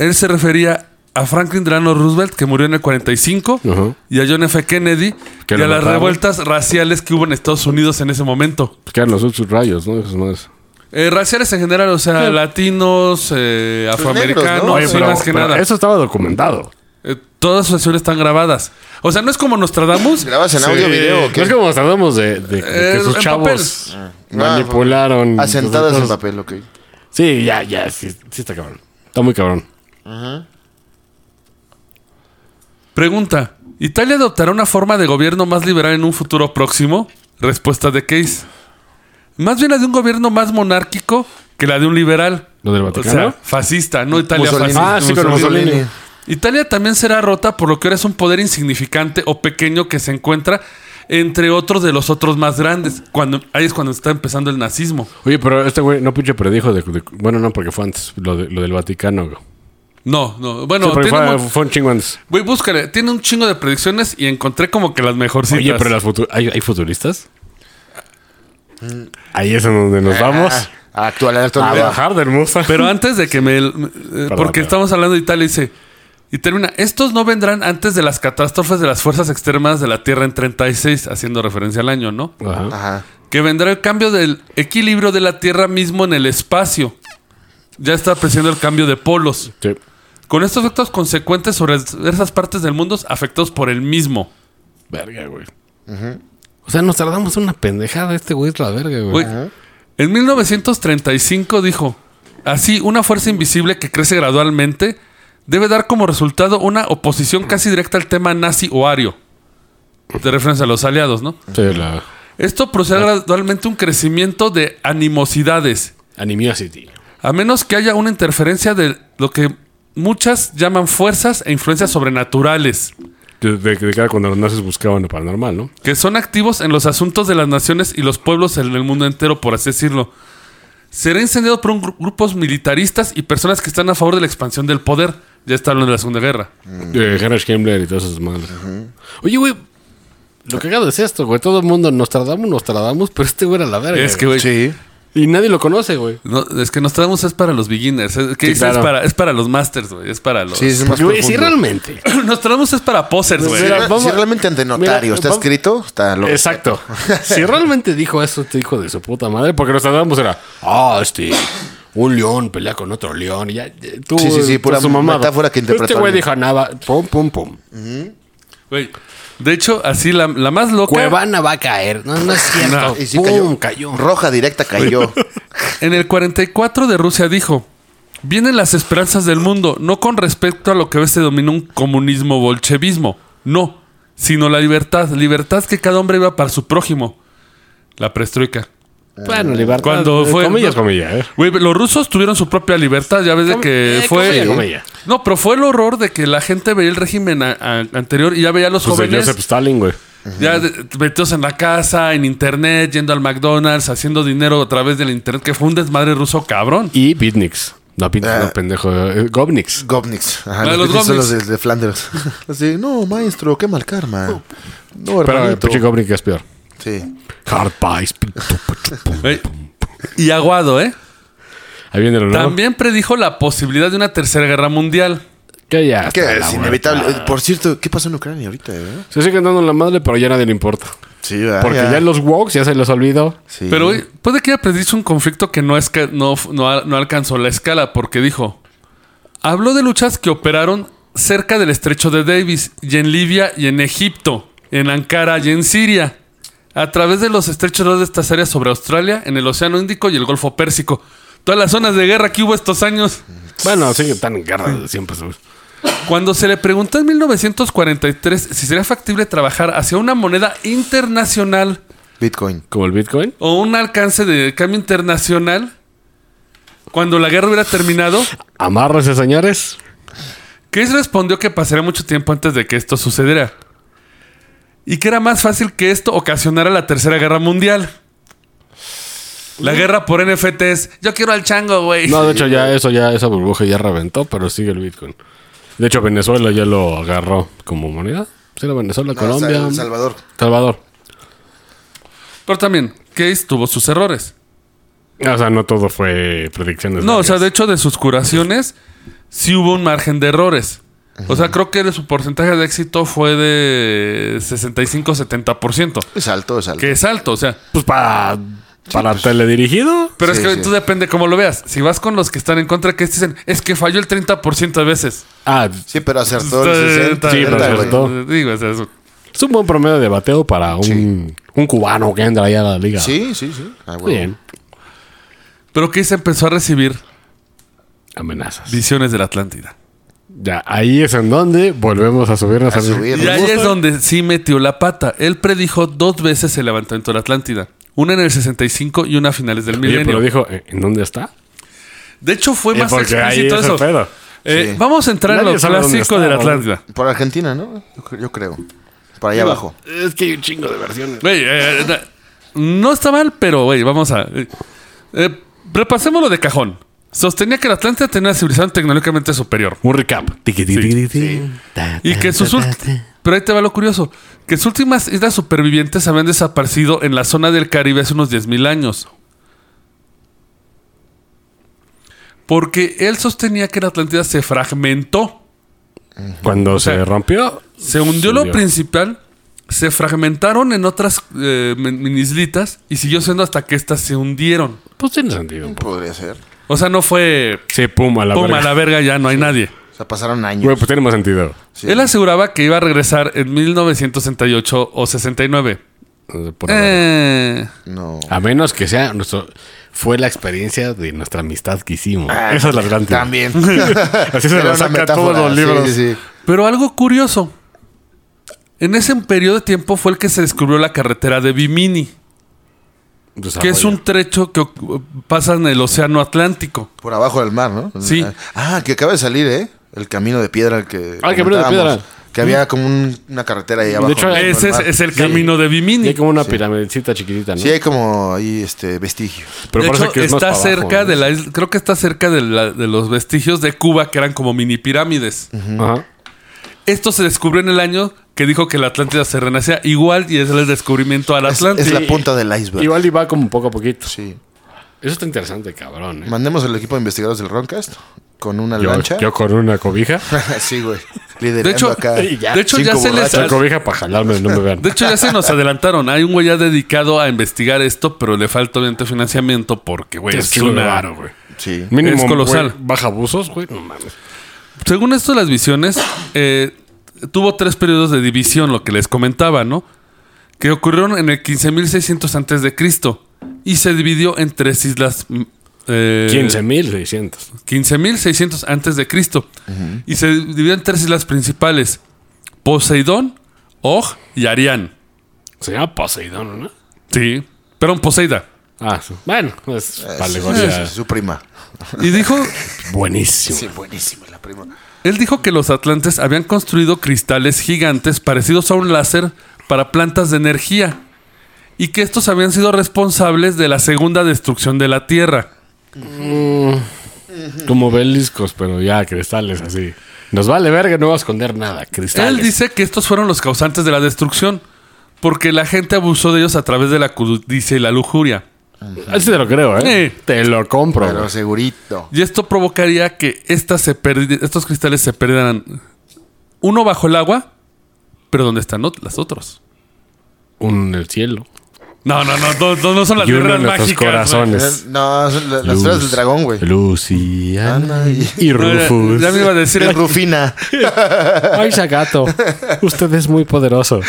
S2: Él se refería a Franklin Delano Roosevelt, que murió en el 45,
S4: Ujú.
S2: y a John F. Kennedy,
S4: Que
S2: y
S4: lo
S2: a las
S4: mataron.
S2: revueltas raciales que hubo en Estados Unidos en ese momento.
S4: Pues quedan los otros rayos, ¿no? Esas madres.
S2: Eh, raciales en general, o sea, latinos, eh, afroamericanos,
S3: Pues negros, ¿no? Oye,
S2: sí,
S3: pero-
S2: más que
S4: Pero
S2: nada.
S4: Eso estaba documentado.
S2: Eh, todas sus acciones están grabadas. O sea, no es como Nostradamus.
S3: ¿Grabas en audio, video o
S4: No
S3: qué?
S4: es como nos tratamos de, de- de
S2: Eh,
S4: que sus
S2: en
S4: chavos
S3: Ah,
S4: manipularon.
S3: Asentadas en
S4: Entonces,
S3: papel, ok.
S4: Sí, ya, ya. Sí, sí está cabrón. Está muy cabrón.
S2: Pregunta: ¿Italia adoptará una forma de gobierno más liberal en un futuro próximo? Respuesta de Case. Más bien la de un gobierno más monárquico que la de un liberal.
S4: ¿Lo del Vaticano?
S2: O sea, fascista, no Italia
S3: Mussolini.
S2: fascista.
S4: Ah, sí, con
S2: Mussolini.
S4: Mussolini.
S3: Mussolini.
S2: Italia también será rota por lo que ahora es un poder insignificante o pequeño que se encuentra entre otros de los otros más grandes. Cuando, ahí es cuando está empezando el nazismo.
S4: Oye, pero este güey no pinche predijo de, de- Bueno, no, porque fue antes. Lo, de- lo del Vaticano. güey.
S2: No, no.
S4: Sí,
S2: Bueno,
S4: porque
S2: tiene
S4: fue,
S2: mu-
S4: fue un chingo antes.
S2: Güey, búscale. Tiene un chingo de predicciones y encontré como que las mejorcitas.
S4: Oye, pero las futu- ¿hay, ¿hay futuristas? Ahí es en donde nos vamos.
S3: Ah, actual, actual.
S4: A bajar del Musa.
S2: Pero antes de que me... eh, porque
S4: pero-
S2: estamos hablando de Italia, dice... Y termina, estos no vendrán antes de las catástrofes de las fuerzas extremas de la Tierra en 36, haciendo referencia al año, ¿no?
S4: Ajá.
S3: Ajá.
S2: Que vendrá el cambio del equilibrio de la Tierra mismo en el espacio. Ya está apreciando el cambio de polos.
S4: Sí.
S2: Con estos efectos consecuentes sobre diversas partes del mundo afectados por el mismo.
S4: Verga, güey. O sea, nos tardamos en una pendejada. Este güey es la verga, güey.
S2: Güey, En 1935 dijo, así una fuerza invisible que crece gradualmente debe dar como resultado una oposición casi directa al tema nazi o ario. De referencia a los aliados, ¿no?
S4: Sí, la
S2: Esto procede gradualmente un crecimiento de animosidades,
S4: Animosity.
S2: a menos que haya una interferencia de lo que muchas llaman fuerzas e influencias sobrenaturales,
S4: De, de, de cara cuando los nazis buscaban lo paranormal, ¿no?
S2: que son activos en los asuntos de las naciones y los pueblos en el mundo entero, por así decirlo. Será incendiado por un gru- grupos militaristas y personas que están a favor de la expansión del poder. Ya está hablando de la Segunda Guerra.
S3: Mm.
S4: De Heinrich Himmler Eh, y todas esas madres. Oye, güey. Lo cagado es esto, güey. Todo el mundo nos tardamos, nos tardamos, pero este güey era la verga.
S2: Es que,
S4: güey.
S2: güey,
S3: Sí.
S4: Y nadie lo conoce, güey.
S2: no, es que Nostradamus es para los beginners. Es, que
S4: Sí,
S2: es,
S4: claro.
S2: para, es para los masters, güey. Es para los...
S3: Sí, Pues es más
S4: Güey, sí,
S3: profundo.
S4: realmente.
S2: Nostradamus es para posers, güey.
S3: Si
S4: Mira,
S3: re-
S4: vamos-
S3: si realmente ante notario
S4: mira,
S3: está
S4: vamos-
S3: escrito, está loco.
S4: Exacto. si realmente dijo eso, te hijo de su puta madre, porque nos tardamos era, ah, este, un león pelea con otro león y ya. eh, Tú,
S3: Sí, sí, sí,
S4: toda
S3: pura
S4: su mamada.
S3: metáfora que interpretó
S4: Este güey
S3: alguien. Mm.
S4: dijo nada, pum, pum, pum.
S2: Güey, De hecho, así la, la más loca.
S5: Cuevana va a caer. No, no es cierto.
S3: Ah, Y sí
S5: Pum,
S3: cayó.
S5: cayó.
S3: Roja directa cayó.
S2: En el 44 de Rusia dijo: Vienen las esperanzas del mundo, no con respecto a lo que a veces domina un comunismo bolchevismo, no, sino la libertad, libertad que cada hombre iba para su prójimo. La preestroika.
S4: Bueno, libertad.
S2: Cuando
S4: eh,
S2: fue.
S4: Comillas, comillas, eh.
S2: Güey, los rusos tuvieron su propia libertad, ya ves de
S4: Com-
S2: que
S4: eh,
S2: fue.
S4: comilla, comilla.
S2: No, pero fue el horror de que la gente veía el régimen a- a- anterior y ya veía a los
S4: Pues de
S2: jóvenes.
S4: Joseph pues, Stalin, güey.
S2: Ya de- metidos en la casa, en internet, yendo al McDonald's, haciendo dinero a través del internet, que fue un desmadre ruso cabrón.
S4: Y Bitniks. No, Bitniks,
S3: Ah.
S4: no, pendejo. eh, Gobniks.
S3: Gobniks. Ajá,
S2: Ah,
S3: los,
S2: los
S3: Beatles son los de,
S2: Gobniks.
S3: de Flanders. Así, no, maestro, qué mal karma. No,
S4: Pero el
S3: hermanito.
S4: pinche Gobnik es peor.
S3: sí.
S4: Hard pies. pum, tu, pu, tu, pum.
S2: Güey, Y aguado, ¿eh?
S4: Ahí viene el nuevo.
S2: También predijo la posibilidad de una tercera guerra mundial.
S4: Que ya.
S3: Que
S4: está la
S3: es
S4: muerte. Ah.
S3: inevitable. Eh, Por cierto, ¿qué pasó en Ucrania ahorita? eh?
S4: Se siguen dando la madre, pero ya nadie le importa.
S3: Sí, ¿verdad?
S4: Porque ya los woks ya se los olvidó.
S3: Sí.
S2: Pero güey, puede que haya predicho un conflicto que no, esca- no, no al- no alcanzó la escala, porque dijo: Habló de luchas que operaron cerca del estrecho de Davis, y en Libia, y en Egipto, en Ankara, y en Siria. A través de los estrechos de estas áreas sobre Australia, en el Océano Índico y el Golfo Pérsico. Todas las zonas de guerra que hubo estos años.
S4: Bueno, sí, están en guerra desde siempre. güey.
S2: Cuando se le preguntó en 1943 si sería factible trabajar hacia una moneda internacional
S3: Bitcoin.
S4: Como el Bitcoin.
S2: o un alcance de cambio internacional, cuando la guerra hubiera terminado,
S4: Amárrese, señores.
S2: Case respondió que pasaría mucho tiempo antes de que esto sucediera. Y que era más fácil que esto ocasionara la Tercera Guerra Mundial. La guerra por NFTs. Yo quiero al chango, güey.
S4: No, de hecho, ya eso, ya esa burbuja ya reventó, pero sigue el Bitcoin. De hecho, Venezuela ya lo agarró como moneda. Sí, la Venezuela, Colombia.
S3: Sa- El Salvador.
S4: Salvador.
S2: Pero también, Case tuvo sus errores.
S4: O sea, no todo fue
S3: Pues
S4: predicciones.
S2: No, o sea,
S4: largas.
S2: de hecho, de sus curaciones sí hubo un margen de errores. O sea, creo que su porcentaje de éxito fue de 65-70%,
S3: Es alto, es alto.
S2: que es alto, o sea.
S4: Pues para, para teledirigido.
S2: Pero
S3: Sí,
S2: es que
S3: sí.
S2: tú depende cómo lo veas. Si vas con los que están en contra, que dicen, es que falló el 30% de veces.
S4: Ah,
S3: Sí, pero acertó el
S2: Está-
S3: 60.
S2: está-
S4: Sí, pero
S3: güey.
S4: acertó.
S2: Digo, o sea, eso.
S4: es un buen promedio de bateo para un, un cubano que entra allá a la liga.
S3: Sí, sí, sí. Ah,
S4: Muy
S3: bueno.
S4: Bien.
S2: Pero que se empezó a recibir
S4: Amenazas.
S2: visiones de la Atlántida.
S4: Ya, ahí es en donde volvemos a subirnos
S3: A
S4: al-
S3: subir.
S2: Y ahí
S3: Hermoso.
S2: es donde sí metió la pata. Él predijo dos veces el levantamiento de la Atlántida. Una en el 65 y una a finales del
S4: Oye,
S2: milenio.
S4: pero dijo, ¿eh, ¿en dónde está?
S2: De hecho, fue
S4: Eh,
S2: más
S4: porque ahí
S2: explícito
S4: es el
S2: eso.
S4: pedo.
S2: Eh,
S3: Sí.
S2: Vamos a entrar en
S4: Nadie
S2: lo
S4: sabe dónde
S2: clásico
S4: está,
S2: de la
S4: ¿no?
S2: Atlántida.
S3: Por Argentina, ¿no? Yo cre- Yo creo. Por allá abajo.
S4: Es que hay un chingo de versiones.
S2: Güey, eh, eh, no está mal, pero güey, vamos a. eh, eh, repasémoslo de cajón. Sostenía que la Atlántida tenía una civilización tecnológicamente superior.
S4: Un recap. Tiqui, tiqui, tiqui, tiqui.
S2: Y que sus ult- Pero ahí te va lo curioso. Que sus últimas islas supervivientes habían desaparecido en la zona del Caribe hace unos 10.000 años. Porque él sostenía que la Atlántida se fragmentó
S4: Cuando se
S2: sea,
S4: rompió,
S2: Se hundió lo
S4: hundió.
S2: principal, se fragmentaron en otras eh, min- minislitas y siguió siendo hasta que estas se hundieron.
S4: pues tiene sentido. un poco.
S3: Podría ser.
S2: O sea, no fue
S4: Sí, pum, a la
S2: pum
S4: verga.
S2: a la verga, ya no hay nadie.
S3: O sea, pasaron años.
S4: Güey, pues tiene más sentido.
S3: Sí.
S2: Él aseguraba que iba a regresar en 1968 o 69.
S4: Por la verga.
S2: Eh,
S3: No.
S4: A menos que sea nuestro. Fue la experiencia de nuestra amistad que hicimos. Ah, Esa es la gran tira.
S3: Ah, También.
S4: Así se
S3: Era
S4: lo
S3: una
S4: saca a todos
S3: metáfora,
S4: los
S3: sí,
S4: libros.
S3: sí, sí.
S2: pero algo curioso. En ese periodo de tiempo fue el que se descubrió la carretera de Bimini,
S4: Ah, Pues,
S2: que es un trecho que oc- pasa en el Océano Atlántico.
S3: Por abajo del mar, ¿no?
S2: Sí.
S3: Ah, el que acaba de salir, ¿eh? El camino de piedra el que.
S4: Ah, el camino de
S3: comentábamos.
S4: piedra.
S3: Que había como un- una carretera ahí abajo.
S4: hecho,
S3: ¿no?
S2: Ese es,
S3: Del mar.
S2: es el
S4: Sí.
S2: camino de
S4: Y hay
S2: Bimini.
S4: como una piramidcita chiquitita, ¿no?
S3: Sí, hay como ahí este vestigio.
S4: Pero
S2: de
S4: parece
S2: hecho,
S4: que es más
S2: está
S4: para abajo,
S2: cerca
S4: ¿no?
S2: de la isla- creo que está cerca de, la- de los vestigios de Cuba que eran como mini pirámides.
S4: Ajá.
S2: Esto se descubrió en el año que dijo que la Atlántida se renacía igual y es el descubrimiento al
S3: Es, es
S2: Atlántida.
S3: la punta del iceberg.
S4: Igual y va como poco a poquito.
S3: Sí.
S4: Eso está interesante, cabrón. ¿eh?
S3: Mandemos al equipo de investigadores del Roncast con una
S4: Yo,
S3: lancha.
S4: yo con una cobija.
S3: sí, güey. Liderando
S2: De hecho,
S3: acá.
S2: de hecho, ya
S3: Cinco
S2: se les-
S4: Una cobija para jalarme, no me vean.
S2: de hecho, ya se nos adelantaron. Hay un güey ya dedicado a investigar esto, pero le falta obviamente financiamiento porque, güey,
S4: es
S2: es
S4: que
S2: una-
S4: raro, güey.
S3: Sí.
S4: Mínimo,
S2: Es colosal.
S4: güey, baja buzos, güey. No mames.
S2: Según esto, las visiones eh, tuvo tres periodos de división, lo que les comentaba, ¿no? Que ocurrieron en el 15.600 antes de Cristo y se dividió en tres islas. mm, eh,
S4: 15.600.
S2: 15.600 antes de Cristo y se dividió en tres islas principales: Poseidón, Og y Arián.
S4: Se llama Poseidón, ¿no?
S2: Sí, perdón, Poseida.
S4: Ah, sí. bueno, es
S3: Eh,
S4: alegoría.
S3: sí, sí, Su prima.
S2: Y dijo,
S4: Buenísimo.
S3: buenísima la prima.
S2: él dijo que los atlantes habían construido cristales gigantes parecidos a un láser para plantas de energía y que estos habían sido responsables de la segunda destrucción de la Tierra.
S4: Como beliscos, pero ya cristales así. Nos vale verga, no va a esconder nada. Cristales.
S2: Él dice que estos fueron los causantes de la destrucción porque la gente abusó de ellos a través de la codicia y la lujuria.
S4: Así te lo creo, ¿eh?
S2: Sí.
S4: Te lo compro.
S3: Pero
S4: güey.
S3: segurito.
S2: Y esto provocaría que estas se perdi- estos cristales se perdieran. Uno bajo el agua, pero donde están ot- las otros.
S4: Uno en el cielo.
S2: No, no, no, no, no, no son las
S4: Y uno
S2: guerras
S4: en nuestros
S2: mágicas. güey.
S4: corazones.
S3: No, son la- las esferas del dragón, güey.
S4: Luciana
S3: Ana y-
S4: y, y
S2: No, ya-
S4: Rufus.
S2: ya me iba a decir.
S3: Es Rufina.
S4: Ay, Sagato. Usted es muy poderoso.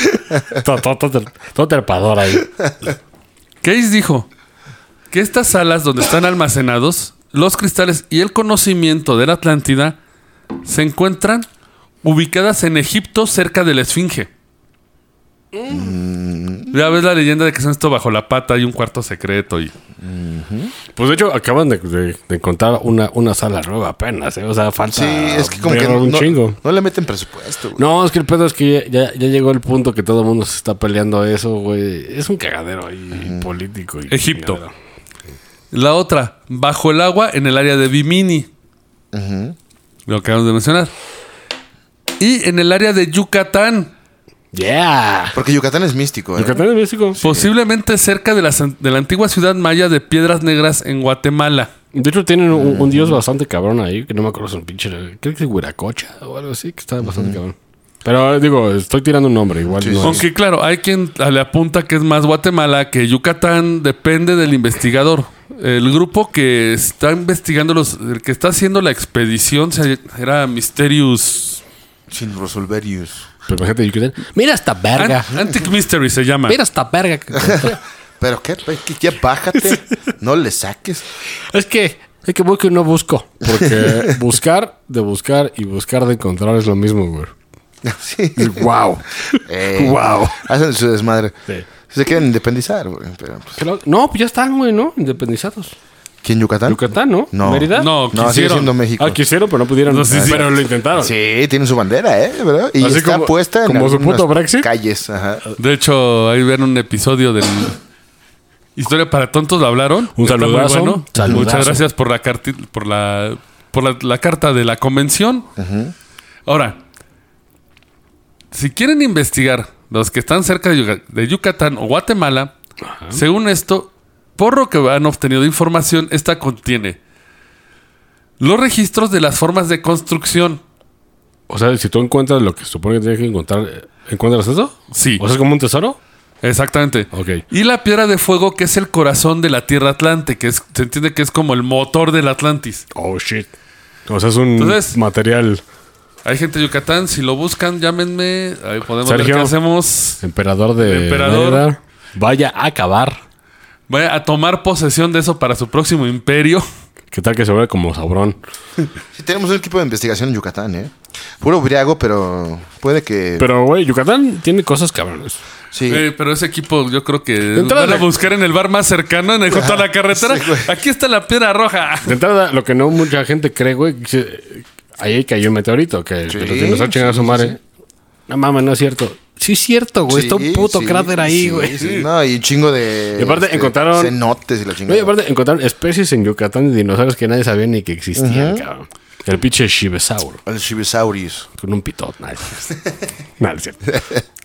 S4: Todo- Todo todo- todo trepador ahí.
S2: Case dijo que estas salas donde están almacenados los cristales y el conocimiento de la Atlántida se encuentran ubicadas en Egipto cerca de la Esfinge. Ya ves la leyenda de que son esto bajo la pata y un cuarto secreto y...
S4: Pues de hecho, acaban de, de- de encontrar una, una sala nueva apenas. ¿eh? O sea, falta.
S3: Sí, es que como que
S4: ver
S3: no,
S4: un chingo.
S3: no le meten presupuesto, güey.
S4: No, es que el pedo es que ya, ya- ya llegó el punto que todo el mundo se está peleando a eso, güey. Es un cagadero ahí político. y
S2: Egipto.
S4: chingadero.
S2: La otra, bajo el agua en el área de Bimini. Lo acabamos de mencionar. Y en el área de Yucatán,
S4: Yeah.
S3: Porque Yucatán es místico, ¿eh?
S4: Yucatán es México.
S2: posiblemente cerca de la, san- de la antigua ciudad maya de Piedras Negras en Guatemala.
S4: De hecho, tienen un, un dios bastante cabrón ahí, que no me acuerdo su pinche. Creo que es Huiracocha o algo así, que está bastante cabrón. Pero eh, digo, estoy tirando un nombre, igual. no es.
S2: Aunque claro, hay quien le apunta que es más Guatemala que Yucatán, depende del investigador. El grupo que está investigando, los, el que está haciendo la expedición, se- era Mysterious...
S3: Sin Resolverius.
S4: Pero imagínate, Yucatán. Mira esta
S2: An-
S4: verga.
S2: Antic Mystery se llama.
S4: Mira esta verga. que encontré.
S3: Pero qué, pe- que ya bájate. No le saques.
S4: es que. Es que voy que no busco. Porque buscar de buscar y buscar de encontrar es lo mismo, güey.
S3: Sí.
S4: ¡Wow!
S3: Eh,
S4: Wow.
S3: Hacen su desmadre.
S4: Sí.
S3: Se quieren independizar, güey. Pero, pues,
S4: No, pues ya están, güey, ¿no? Independizados.
S3: ¿Quién, Yucatán?
S4: Yucatán, ¿no?
S3: ¿Ah? No.
S4: ¿Mérida?
S2: No,
S3: No, sigue
S2: quisieron.
S3: siendo México.
S4: Ah, quisieron, pero no pudieron.
S2: No, sí, sí.
S4: Pero lo intentaron.
S3: Sí, tiene su bandera, ¿eh? ¿Verdad? Y
S4: Así
S3: está
S4: como-
S3: puesta en
S4: como su
S3: algunas
S4: puto Brexit. Ah.
S3: calles. Ajá.
S2: De hecho, ahí ven un episodio del Historia para tontos lo hablaron.
S4: Un
S2: Está muy
S4: saludazo. Saludazo.
S2: Muchas gracias por la carta por la por la, la carta de la convención. Ahora, si quieren investigar los que están cerca de, Yuca- de Yucatán o Guatemala, según esto, por lo que han obtenido de información, esta contiene los registros de las formas de construcción,
S4: O sea, si tú encuentras lo que supone que tienes que encontrar, ¿encuentras eso?
S2: Sí.
S4: O sea, es como un tesoro.
S2: Exactamente.
S4: Ok.
S2: Y la piedra de fuego, que es el corazón de la Tierra Atlante, que es- se entiende que es como el motor del Atlantis.
S4: Oh, shit. O sea, es un
S2: Entonces-
S4: material.
S2: Hay gente de Yucatán, si lo buscan, llámenme. Ahí podemos
S4: Sergio.
S2: ver qué hacemos.
S4: Emperador de.
S2: Emperador.
S4: Mérida. Vaya a acabar.
S2: Vaya a tomar posesión de eso para su próximo imperio.
S4: ¿Qué tal que se vuelve como sabrón?
S3: Sí, tenemos un equipo de investigación en Yucatán, ¿eh? Puro briago, pero puede que...
S4: Pero, güey, Yucatán tiene cosas cabrones.
S3: sí.
S2: Eh, pero ese equipo, yo creo que
S4: entrada-
S2: van a buscar en el bar más cercano, en el, junto a la carretera.
S3: Sí, güey.
S2: Aquí está la piedra roja.
S4: De entrada, lo que no mucha gente cree, güey, que se- ahí cayó un meteorito, que
S3: Sí,
S4: los dinosaurios chingaron a su
S3: sí,
S4: madre. No mames, no es cierto. Sí es cierto, güey.
S3: Sí,
S4: está un puto
S3: sí,
S4: cráter ahí,
S3: sí,
S4: güey.
S3: sí. No, y un chingo de... este,
S4: Y aparte encontraron-
S3: Cenotes y la chingada.
S4: No, y aparte encontraron especies en Yucatán de dinosaurios que nadie sabía ni que existían, cabrón. El pinche Shibesauro,
S3: El Chibisaurus.
S4: con un pitot. Nada, es cierto. Nada, es cierto.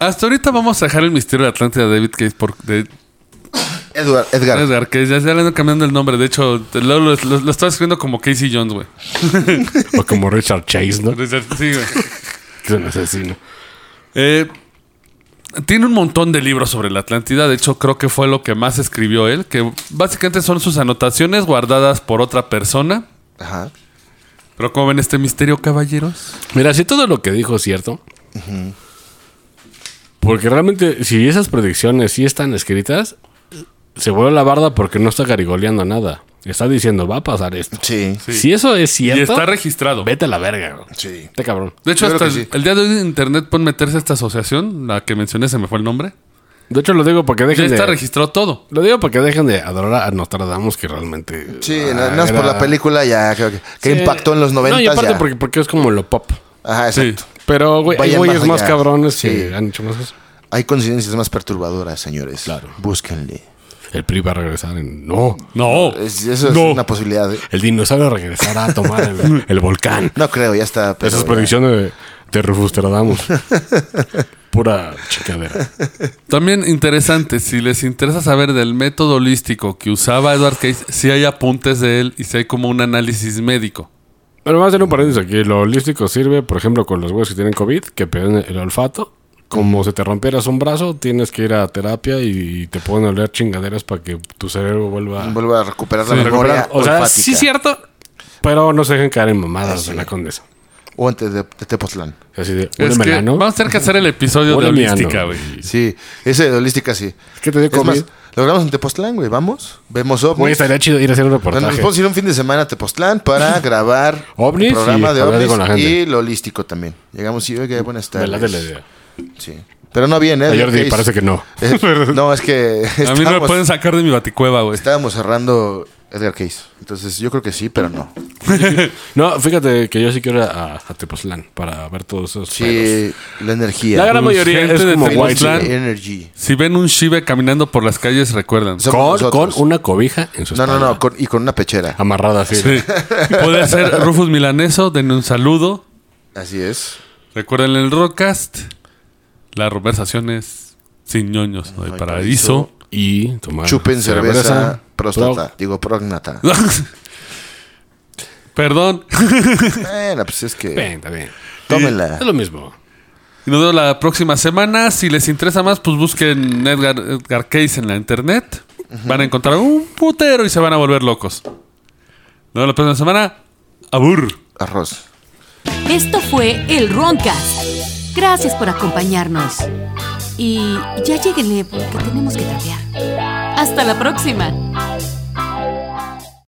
S2: Hasta ahorita vamos a dejar el misterio de Atlántida de David Case por, de
S3: Edward, Edgar.
S2: Edgar, que ya, ya le ando cambiando el nombre. De hecho, te- lo, lo, lo- lo estaba escribiendo como Casey Jones, güey.
S4: O como Richard Chase, ¿no? Que
S2: Sí, güey.
S4: es un asesino.
S2: Eh, tiene un montón de libros sobre la Atlántida. De hecho, creo que fue lo que más escribió él, que básicamente son sus anotaciones guardadas por otra persona.
S3: Ajá.
S2: Pero como ven este misterio, caballeros.
S4: Mira, si todo lo que dijo es cierto. Porque realmente, si esas predicciones sí están escritas, se vuelve la barda porque no está garigoleando nada. Está diciendo, va a pasar esto.
S3: Sí.
S2: Sí.
S4: Si eso es
S2: Y
S4: cierto,
S2: está registrado.
S4: vete a la verga. güey.
S3: Sí.
S4: Este cabrón.
S2: De hecho,
S3: Yo
S2: hasta
S3: creo
S2: el,
S3: que sí.
S2: el día de hoy en internet pueden meterse a esta asociación, la que mencioné, se me fue el nombre.
S4: De hecho, lo digo porque
S2: Ya
S4: dejen
S2: está
S4: de...
S2: registrado todo.
S4: Lo digo porque dejen de adorar a Nostradamus, que realmente...
S3: Sí,
S4: ah,
S3: nada más por
S4: era-
S3: la película ya creo que, que
S4: Sí.
S3: impactó en los 90
S4: No, y aparte
S3: ya.
S4: porque, porque es como lo pop.
S3: Ajá, exacto.
S4: Pero, güey, hay
S3: Vayan
S4: güeyes
S3: más
S4: más
S3: allá.
S4: cabrones
S3: Sí.
S4: que han hecho más cosas.
S3: Hay coincidencias más perturbadoras, señores.
S4: Claro.
S3: Búsquenle.
S4: El PRI va a regresar en... No,
S2: No.
S3: Es- eso es
S4: No.
S3: una posibilidad. ¿eh?
S4: El dinosaurio regresará a tomar el, el volcán.
S3: No creo, ya está. pero-
S4: Esas predicciones de, de Rufus Nostradamus. Pura chicadera.
S2: También interesante, si les interesa saber del método holístico que usaba Edward Case, si hay apuntes de él y si hay como un análisis médico.
S4: Pero vamos a hacer un paréntesis aquí. Lo holístico sirve, por ejemplo, con los güeyes que tienen COVID, que pierden el olfato. Como se te rompieras un brazo, tienes que ir a terapia y te pueden oler chingaderas para que tu cerebro vuelva a
S3: Vuelvo a recuperar la memoria.
S4: recuperar. O sea,
S3: olfática.
S4: sí es cierto, pero no se dejen caer en mamadas
S3: Ah,
S4: de
S3: sí.
S4: la condesa.
S3: O antes de, de Tepoztlán.
S4: Así de,
S2: Es
S4: "Huélemela,
S2: que
S4: ¿no?
S2: vamos a tener que hacer el episodio de
S4: Huélemela,
S2: holística,
S4: ¿no?".
S2: güey.
S3: Sí, ese de holística sí.
S4: ¿Qué te dio
S3: Es más,
S4: COVID?
S3: lo grabamos en Tepoztlán, güey. Vamos, vemos
S4: Güey,
S3: ovnis.
S4: estaría chido ir a hacer un
S3: Bueno, pues, nos
S4: reportaje.
S3: podemos ir un fin de semana a Tepoztlán para grabar
S4: Ovnis
S3: el programa
S4: y
S3: de
S4: hablar con la
S3: ovnis
S4: gente.
S3: y lo holístico también. Llegamos y, oiga, buenas
S4: Me
S3: tardes.
S4: late la idea.
S3: Sí. Pero no bien, ¿eh?
S4: A Jordi parece que no.
S3: Eh, no, es que
S2: A mí no me
S3: estábamos,
S2: pueden sacar de mi baticueva, güey.
S3: estábamos cerrando Edgar Case. Entonces yo creo que sí, pero no.
S4: No, fíjate que yo sí quiero ir a, a Tepoztlán para ver todos esos. pedos.
S3: Sí, la energía.
S4: La gran
S2: Pues,
S4: mayoría
S2: gente
S4: es
S2: de
S4: como
S3: Feeling
S4: White
S2: Tepoztlán.
S4: Land,
S3: Energy.
S2: Si ven un Shiva caminando por las calles, recuerdan.
S3: So-
S4: Con,
S3: nosotros.
S4: con una cobija en su
S3: No, no,
S4: espalda,
S3: no, con- y con una pechera.
S4: Amarrada así.
S2: Sí. Puede ser Rufus Milaneso, denle un saludo.
S3: Así es.
S2: Recuerden el Rockcast. Las conversaciones sin ñoños no hay paraíso.
S4: Y tomar.
S3: Chupen cerveza, próstata.
S4: Pro-
S3: Digo, prógnata.
S2: Perdón.
S3: Bueno, pues es que.
S4: Bien, está bien.
S3: Tómenla.
S4: Es lo mismo.
S2: Y nos vemos la próxima semana. Si les interesa más, pues busquen Edgar, Edgar Case en la internet. Van a encontrar un putero y se van a volver locos. Nos vemos la próxima semana. Abur.
S3: Arroz.
S1: Esto fue El Roncast. Gracias por acompañarnos. eh, Y ya lleguenle porque tenemos que trapear. Hasta la próxima.